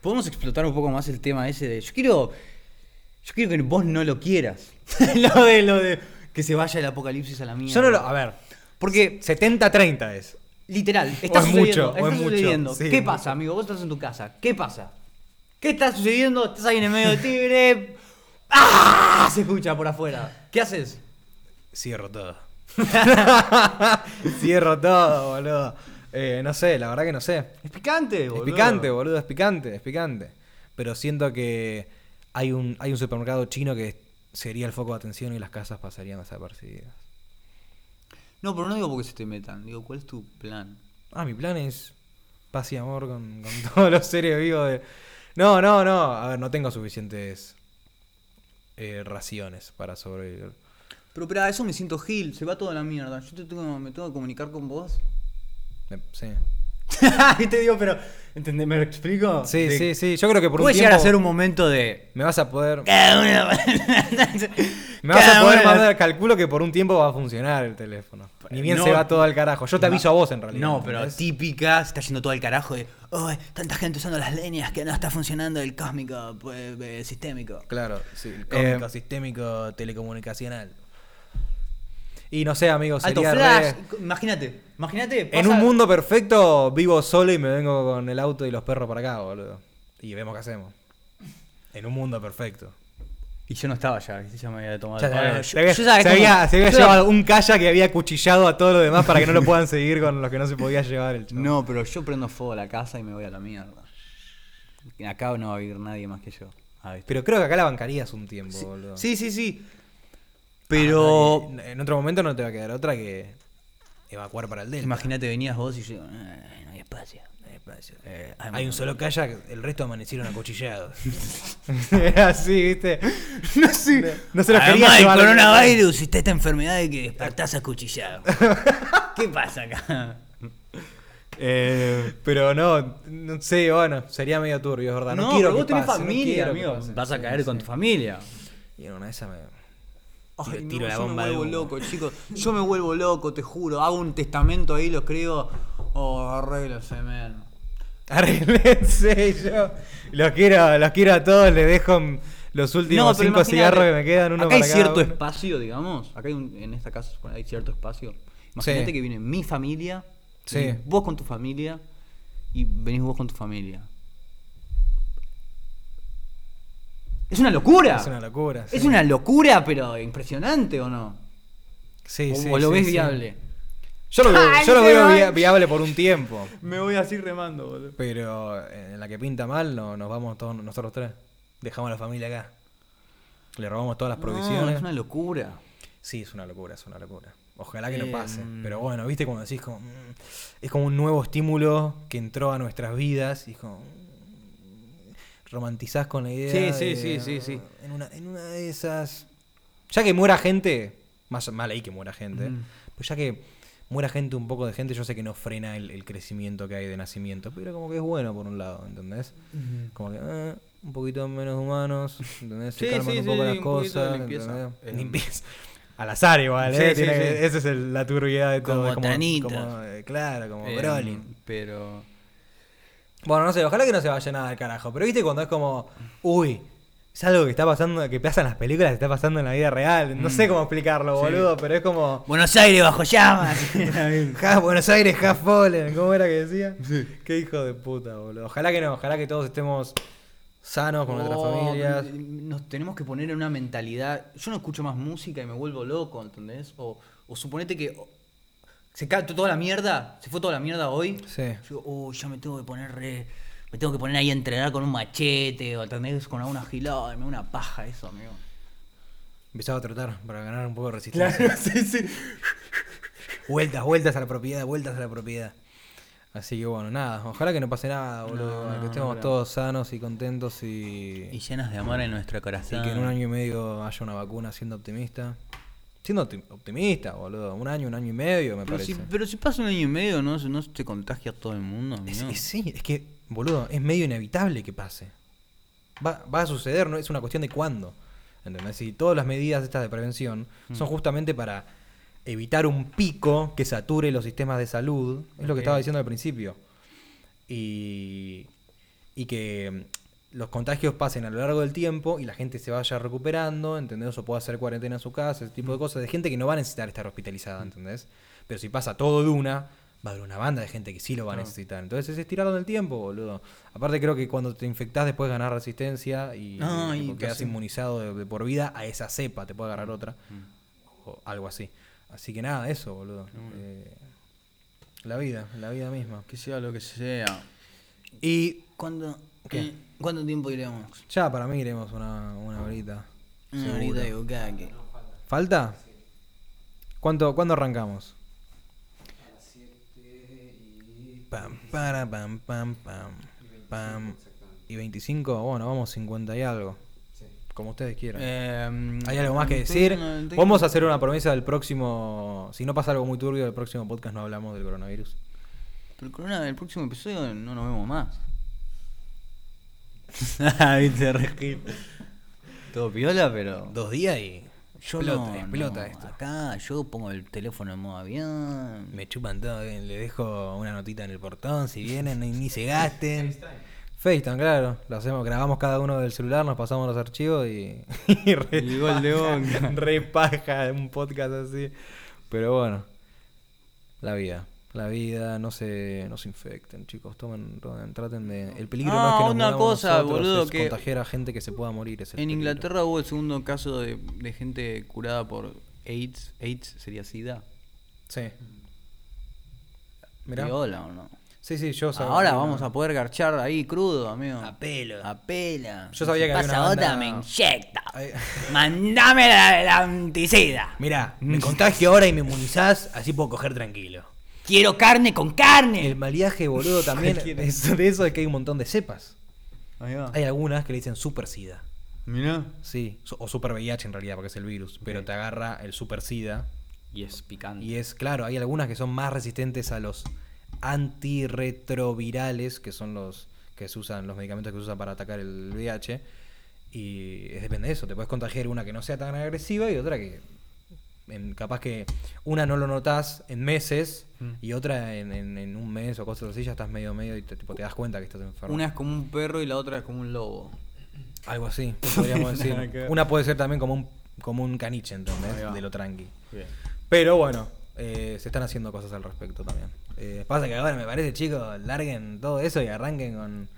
[SPEAKER 1] Podemos explotar un poco más el tema ese de. Yo quiero. Yo quiero que vos no lo quieras. lo de lo de. Que se vaya el apocalipsis a la mierda.
[SPEAKER 2] Yo no lo. A ver. Porque 70-30 es.
[SPEAKER 1] Literal, está
[SPEAKER 2] es
[SPEAKER 1] sucediendo.
[SPEAKER 2] mucho,
[SPEAKER 1] está
[SPEAKER 2] o es mucho,
[SPEAKER 1] sucediendo.
[SPEAKER 2] sí,
[SPEAKER 1] ¿Qué
[SPEAKER 2] es
[SPEAKER 1] pasa, amigo? Vos estás en tu casa. ¿Qué pasa? ¿Qué está sucediendo? Estás ahí en el medio del tigre. ¡Ah! Se escucha por afuera. ¿Qué haces?
[SPEAKER 2] Cierro todo. Cierro todo, boludo. Eh, no sé, la verdad que no sé.
[SPEAKER 1] Es picante, boludo.
[SPEAKER 2] Es picante, boludo, es picante, es picante. Pero siento que hay un, hay un supermercado chino que sería el foco de atención y las casas pasarían desapercibidas.
[SPEAKER 1] No, pero no digo porque se te metan. Digo, ¿cuál es tu plan?
[SPEAKER 2] Ah, mi plan es paz y amor con, con todos los seres vivos de... No, no, no. A ver, no tengo suficientes eh, raciones para sobrevivir.
[SPEAKER 1] Pero, pero a eso me siento Gil, se va toda la mierda. Yo te tengo, me tengo que comunicar con vos.
[SPEAKER 2] Me- Eh, Sí.
[SPEAKER 3] ¿Qué te digo? Pero, ¿entendés? ¿Me lo explico?
[SPEAKER 2] Sí,
[SPEAKER 3] De-
[SPEAKER 2] sí, sí. Yo creo que por un
[SPEAKER 1] Puede
[SPEAKER 2] tiempo
[SPEAKER 1] llegar a ser un momento de.
[SPEAKER 2] me vas a poder me
[SPEAKER 1] me
[SPEAKER 2] vas a poder mandar calculo que por un tiempo va a funcionar el teléfono. Ni bien
[SPEAKER 1] No.
[SPEAKER 2] se va todo al carajo. Yo te aviso a vos en realidad.
[SPEAKER 1] No, pero
[SPEAKER 2] ¿entendés?
[SPEAKER 1] típica, se está yendo todo al carajo de. "Ay, tanta gente usando las líneas que no está funcionando el cósmico pues, eh, sistémico.
[SPEAKER 2] Claro, sí. El
[SPEAKER 1] cómico
[SPEAKER 2] sistémico telecomunicacional. Y no sé, amigos,
[SPEAKER 1] Alto
[SPEAKER 2] sería
[SPEAKER 1] flash.
[SPEAKER 2] re-
[SPEAKER 1] Imagínate, imagínate.
[SPEAKER 2] En
[SPEAKER 1] pasa-
[SPEAKER 2] un mundo perfecto vivo solo y me vengo con el auto y los perros para acá, boludo. Y vemos qué hacemos. En un mundo perfecto.
[SPEAKER 1] Y yo no estaba allá, ¿viste? ya me había tomado.
[SPEAKER 2] Ya
[SPEAKER 1] el
[SPEAKER 2] se
[SPEAKER 1] palo.
[SPEAKER 2] había- se había-
[SPEAKER 1] Yo sabía
[SPEAKER 2] se
[SPEAKER 1] cómo-
[SPEAKER 2] había- se había
[SPEAKER 1] yo-
[SPEAKER 2] llevado un kayak que había acuchillado a todos los demás para que no lo puedan seguir con los que no se podía llevar el chabón.
[SPEAKER 1] No, pero yo prendo fuego a la casa y me voy a la mierda. Acá no va a vivir nadie más que yo. Ah, ¿viste?
[SPEAKER 2] Pero creo que acá la bancarías un tiempo, boludo.
[SPEAKER 1] Sí, sí, sí.
[SPEAKER 2] Pero
[SPEAKER 1] Pero.
[SPEAKER 2] en otro momento no te va a quedar otra que evacuar para el delta.
[SPEAKER 1] Eh, Imagínate, venías vos y yo. "Ay, no hay espacio, no hay espacio. Eh,
[SPEAKER 2] Hay un solo kayak, el resto amanecieron acuchillados. Así, viste. No sé, no se los quería
[SPEAKER 1] Además, el
[SPEAKER 2] llevar.
[SPEAKER 1] coronavirus, está esta enfermedad de que despertás acuchillado. ¿Qué pasa acá?
[SPEAKER 2] Eh, pero no, no sé, bueno, sería medio turbio, es verdad. No, quiero que pase, no quiero que pase.
[SPEAKER 1] Vas a
[SPEAKER 2] Sí,
[SPEAKER 1] caer con
[SPEAKER 2] sí.
[SPEAKER 1] tu familia.
[SPEAKER 2] Y en una de esas me.
[SPEAKER 1] Ay,
[SPEAKER 2] Tiro-
[SPEAKER 1] no,
[SPEAKER 2] tiro la
[SPEAKER 1] yo
[SPEAKER 2] bomba
[SPEAKER 1] me
[SPEAKER 2] de
[SPEAKER 1] vuelvo
[SPEAKER 2] humo.
[SPEAKER 1] loco, chicos. Yo me vuelvo loco, te juro. Hago un testamento ahí, lo escribo. Oh, arreglo ese men.
[SPEAKER 2] Arreglense yo. Los quiero, los quiero a todos, les dejo m- los últimos
[SPEAKER 1] pero
[SPEAKER 2] cinco
[SPEAKER 1] imagínate,
[SPEAKER 2] cigarros que me quedan, uno
[SPEAKER 1] acá hay
[SPEAKER 2] para cada
[SPEAKER 1] cierto
[SPEAKER 2] uno.
[SPEAKER 1] espacio, digamos. Acá hay un- en esta casa supone, hay cierto espacio. Imagínate
[SPEAKER 2] Sí.
[SPEAKER 1] que viene mi familia,
[SPEAKER 2] Sí.
[SPEAKER 1] venís vos con tu familia y venís vos con tu familia. Es una locura.
[SPEAKER 2] Es una locura.
[SPEAKER 1] Es
[SPEAKER 2] sí.
[SPEAKER 1] una locura, pero impresionante o no.
[SPEAKER 2] Sí,
[SPEAKER 1] o,
[SPEAKER 2] sí,
[SPEAKER 1] o lo
[SPEAKER 2] sí,
[SPEAKER 1] ves
[SPEAKER 2] sí.
[SPEAKER 1] viable.
[SPEAKER 2] Yo lo veo,
[SPEAKER 1] Ay,
[SPEAKER 2] yo lo
[SPEAKER 1] se
[SPEAKER 2] veo
[SPEAKER 1] van.
[SPEAKER 2] via- viable por un tiempo.
[SPEAKER 1] Me voy así remando, boludo.
[SPEAKER 2] Pero eh, en la que pinta mal, no, nos vamos todos nosotros tres. Dejamos a la familia acá. Le robamos todas las
[SPEAKER 1] No,
[SPEAKER 2] provisiones.
[SPEAKER 1] es una locura.
[SPEAKER 2] Sí, es una locura, es una locura. Ojalá que no
[SPEAKER 1] Eh,
[SPEAKER 2] pase.
[SPEAKER 1] mm.
[SPEAKER 2] Pero bueno, viste cuando decís como. mm, Es como un nuevo estímulo que entró a nuestras vidas. Y es como. mm, Romantizás con la idea.
[SPEAKER 1] Sí, sí, sí,
[SPEAKER 2] de,
[SPEAKER 1] sí, sí.
[SPEAKER 2] En una, en una de esas. Ya que muera gente. Más mal ahí que muera gente.
[SPEAKER 1] Mm.
[SPEAKER 2] Pues ya que muera gente, un poco de gente, yo sé que no frena el, el crecimiento que hay de nacimiento. Pero como que es bueno por un lado, ¿entendés? Como que. eh, un poquito menos humanos, ¿entendés? Se
[SPEAKER 1] Sí,
[SPEAKER 2] calman
[SPEAKER 1] sí,
[SPEAKER 2] un
[SPEAKER 1] sí,
[SPEAKER 2] poco
[SPEAKER 1] sí,
[SPEAKER 2] las
[SPEAKER 1] un poquito de
[SPEAKER 2] cosas.
[SPEAKER 1] limpieza.
[SPEAKER 2] ¿entendés? Mm.
[SPEAKER 1] Eh,
[SPEAKER 2] Limpieza. Al azar igual,
[SPEAKER 1] Sí,
[SPEAKER 2] ¿eh?
[SPEAKER 1] sí,
[SPEAKER 2] Tiene que-
[SPEAKER 1] sí.
[SPEAKER 2] Esa es el- la turbiedad de todo.
[SPEAKER 1] Como
[SPEAKER 2] es
[SPEAKER 1] Tanito.
[SPEAKER 2] como, eh, claro, como
[SPEAKER 1] Eh,
[SPEAKER 2] Broly.
[SPEAKER 1] Pero.
[SPEAKER 2] Bueno, no sé, ojalá que no se vaya nada al carajo. Pero viste cuando es como, uy, es algo que está pasando, que pasa en las películas, está pasando en la vida real. No sé cómo explicarlo, boludo, pero es como...
[SPEAKER 1] Buenos Aires bajo llamas.
[SPEAKER 2] Ja, Buenos Aires, ja, Fallen, ¿cómo era que decía? Qué hijo de puta, boludo. Ojalá que no, ojalá que todos estemos sanos con nuestras
[SPEAKER 1] Oh,
[SPEAKER 2] familias.
[SPEAKER 1] n- Nos tenemos que poner en una mentalidad. Yo no escucho más música y me vuelvo loco, ¿entendés? O, o suponete que o, se cae to- toda la mierda, se fue toda la mierda hoy.
[SPEAKER 2] Sí.
[SPEAKER 1] Yo, oh, ya me tengo que poner re- Me tengo que poner ahí a entrenar con un machete o ¿entendés? con alguna gilada, me da una paja eso, amigo.
[SPEAKER 2] Empezaba a tratar para ganar un poco de resistencia.
[SPEAKER 3] Claro, sí, sí.
[SPEAKER 2] Vueltas, vueltas a la propiedad, vueltas a la propiedad. Así que bueno, nada, ojalá que no pase nada, boludo.
[SPEAKER 1] No, no,
[SPEAKER 2] que estemos
[SPEAKER 1] no creo.
[SPEAKER 2] todos sanos y contentos y,
[SPEAKER 1] Y llenas de amor en nuestro
[SPEAKER 2] y
[SPEAKER 1] corazón.
[SPEAKER 2] que en un año y medio haya una vacuna siendo optimista. Siendo opti- optimista, boludo. Un año, un año y medio, me
[SPEAKER 1] pero,
[SPEAKER 2] parece.
[SPEAKER 1] si, pero si pasa un año y medio, ¿no? No te contagia todo el mundo,
[SPEAKER 2] Es-
[SPEAKER 1] amigo.
[SPEAKER 2] es- sí, es que, boludo, es medio inevitable que pase. Va, va a suceder, no es una cuestión de cuándo. ¿Entendés? Y todas las medidas estas de prevención son justamente para evitar un pico que sature los sistemas de salud. Es lo que
[SPEAKER 1] Ok.
[SPEAKER 2] estaba diciendo al principio. Y, y que mm, los contagios pasen a lo largo del tiempo y la gente se vaya recuperando, ¿entendés? O pueda hacer
[SPEAKER 1] Mm.
[SPEAKER 2] cuarentena en su casa, ese tipo de cosas. De gente que no va a necesitar estar hospitalizada, ¿entendés? Pero si pasa todo de una, va a haber una banda de gente que sí lo va a necesitar. Entonces es estirarlo en el tiempo, boludo. Aparte creo que cuando te infectás después ganás resistencia y,
[SPEAKER 1] No, y
[SPEAKER 2] tipo, quedás
[SPEAKER 1] casi- Mm.
[SPEAKER 2] inmunizado de, de por vida a esa cepa, te puede agarrar otra. O algo así. Así que nada, eso, boludo. Eh, la vida, la vida misma.
[SPEAKER 1] Que sea lo que sea.
[SPEAKER 2] Y
[SPEAKER 1] ¿Cuánto,
[SPEAKER 2] ¿Qué?
[SPEAKER 1] eh, ¿cuánto tiempo iremos?
[SPEAKER 2] ya para mí iremos una, una horita.
[SPEAKER 1] Una horita de boca que.
[SPEAKER 2] ¿Falta? ¿Cuánto, ¿Cuándo arrancamos? Pam, para, pam, pam, pam, pam. ¿Y 25? Bueno, vamos 50 y algo. Como ustedes quieran.
[SPEAKER 1] Eh,
[SPEAKER 2] ¿Hay algo más que decir? Vamos a hacer una promesa del próximo... Si no pasa algo muy turbio, del próximo podcast no hablamos del coronavirus.
[SPEAKER 1] Pero con una- el próximo episodio no nos vemos más. Ah, Viste, re gil. Todo piola, pero.
[SPEAKER 2] Dos días y... Yo
[SPEAKER 1] Pelota,
[SPEAKER 2] no,
[SPEAKER 1] no,
[SPEAKER 2] explota esto.
[SPEAKER 1] Acá yo pongo el teléfono en modo avión.
[SPEAKER 2] Me chupan todo, eh, le dejo una notita en el portón, si vienen, ni, ni se gasten. FaceTime, claro, lo hacemos, grabamos cada uno del celular, nos pasamos los archivos y, y re,
[SPEAKER 1] Y gol de
[SPEAKER 2] paja,
[SPEAKER 1] Boca.
[SPEAKER 2] re paja un podcast así. Pero bueno, la vida, la vida, no se, no se infecten, chicos, tomen, tomen, traten de... El peligro no es que
[SPEAKER 1] Ah,
[SPEAKER 2] nos
[SPEAKER 1] una
[SPEAKER 2] muramos
[SPEAKER 1] cosa,
[SPEAKER 2] nosotros,
[SPEAKER 1] boludo,
[SPEAKER 2] es
[SPEAKER 1] que-
[SPEAKER 2] contagiar a gente que se pueda morir. es el
[SPEAKER 1] En
[SPEAKER 2] peligro.
[SPEAKER 1] Inglaterra hubo el segundo caso de, de gente curada por AIDS. AIDS sería SIDA.
[SPEAKER 2] Sí. Mirá.
[SPEAKER 1] Piola o no.
[SPEAKER 2] Sí, sí, yo sabía
[SPEAKER 1] Ahora
[SPEAKER 2] que era-
[SPEAKER 1] vamos a poder garchar ahí crudo, amigo.
[SPEAKER 2] A pelo.
[SPEAKER 1] A pela.
[SPEAKER 2] Yo sabía que había una
[SPEAKER 4] Pasa otra,
[SPEAKER 2] banda-
[SPEAKER 4] me inyecta.
[SPEAKER 2] Ay.
[SPEAKER 4] Mandame la, la anticida.
[SPEAKER 2] Mirá, me contagio ahora y me inmunizás, así puedo coger tranquilo.
[SPEAKER 4] Quiero carne con carne.
[SPEAKER 2] El maleaje, boludo, también. es de eso de que hay un montón de cepas.
[SPEAKER 1] Ahí va.
[SPEAKER 2] Hay algunas que le dicen super SIDA.
[SPEAKER 1] Mirá.
[SPEAKER 2] Sí, so- o super VIH en realidad, porque es el virus. Pero te agarra el super SIDA.
[SPEAKER 4] Y es picante.
[SPEAKER 2] Y es, claro, hay algunas que son más resistentes a los antirretrovirales, que son los que se usan, los medicamentos que se usan para atacar el VIH. Y es- depende de eso, te puedes contagiar una que no sea tan agresiva y otra que en- capaz que una no lo notas en meses y otra en, en- en un mes o cosas así, ya estás medio medio y te, tipo, te das cuenta que estás enfermo.
[SPEAKER 1] Una es como un perro y la otra es como un lobo.
[SPEAKER 2] Algo así, podríamos
[SPEAKER 1] Nada que
[SPEAKER 2] decir.
[SPEAKER 1] ver.
[SPEAKER 2] Una puede ser también como un, como un caniche, ¿entendés? De lo tranqui. Pero bueno, eh, se están haciendo cosas al respecto también. Eh, pasa que ahora me parece, chicos, larguen todo eso y arranquen con,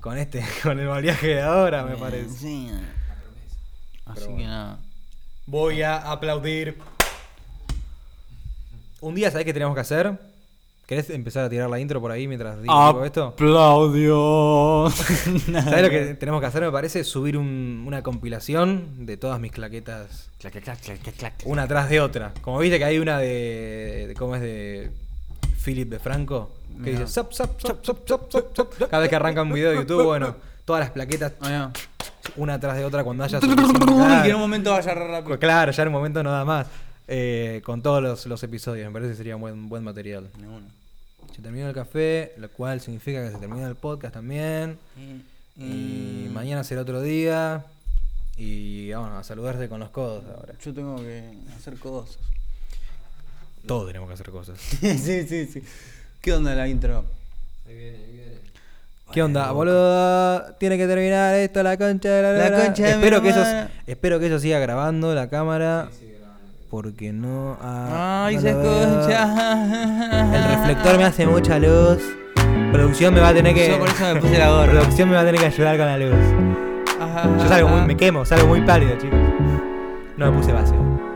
[SPEAKER 2] con este, con el viaje de ahora, me
[SPEAKER 1] Eh,
[SPEAKER 2] parece.
[SPEAKER 1] sí. Así que nada.
[SPEAKER 2] Voy a aplaudir. Un día, ¿sabés qué tenemos que hacer? ¿Querés empezar a tirar la intro por ahí mientras digo digo esto?
[SPEAKER 1] Aplaudio.
[SPEAKER 2] ¿Sabés lo que tenemos que hacer? Me parece subir un- una compilación de todas mis claquetas
[SPEAKER 4] Clac, clac, clac, clac, clac, clac.
[SPEAKER 2] Una atrás de otra. Como viste que hay una de. de- ¿Cómo es de. Philip de Franco? Que dice. "Zap, zap, zap, zap, zap, zap, zap". Cada vez que arranca un video de YouTube, bueno, todas las plaquetas,
[SPEAKER 1] Ahí va.
[SPEAKER 2] una atrás de otra, cuando haya.
[SPEAKER 1] Y Ah, que en un
[SPEAKER 2] suficiente-
[SPEAKER 1] momento vaya re rápido.
[SPEAKER 2] Claro, claro, ya en un momento no da más. Eh, con todos los, los episodios, me parece que sería un buen, buen material. Se terminó el café, lo cual significa que se terminó el podcast también. Y mañana será otro día. Y vamos a saludarse con los codos ahora.
[SPEAKER 1] Yo tengo que hacer cosas.
[SPEAKER 2] Todos tenemos que hacer cosas.
[SPEAKER 1] sí, sí, sí. ¿Qué onda la intro?
[SPEAKER 2] ¿Qué onda, boludo? Tiene que terminar esto, la concha de la
[SPEAKER 1] La
[SPEAKER 2] lora.
[SPEAKER 1] concha de mi
[SPEAKER 2] espero que eso,
[SPEAKER 1] hermana.
[SPEAKER 2] Espero que eso siga grabando la cámara. Porque no. ah,
[SPEAKER 1] Ay,
[SPEAKER 2] no
[SPEAKER 1] se
[SPEAKER 2] la veo.
[SPEAKER 1] escucha.
[SPEAKER 2] El reflector me hace mucha luz. Producción me va a tener que.
[SPEAKER 1] Yo por eso me puse la gorra.
[SPEAKER 2] Producción me va a tener que ayudar con la luz. Yo salgo muy. Me quemo, salgo muy pálido, chicos. No me puse base.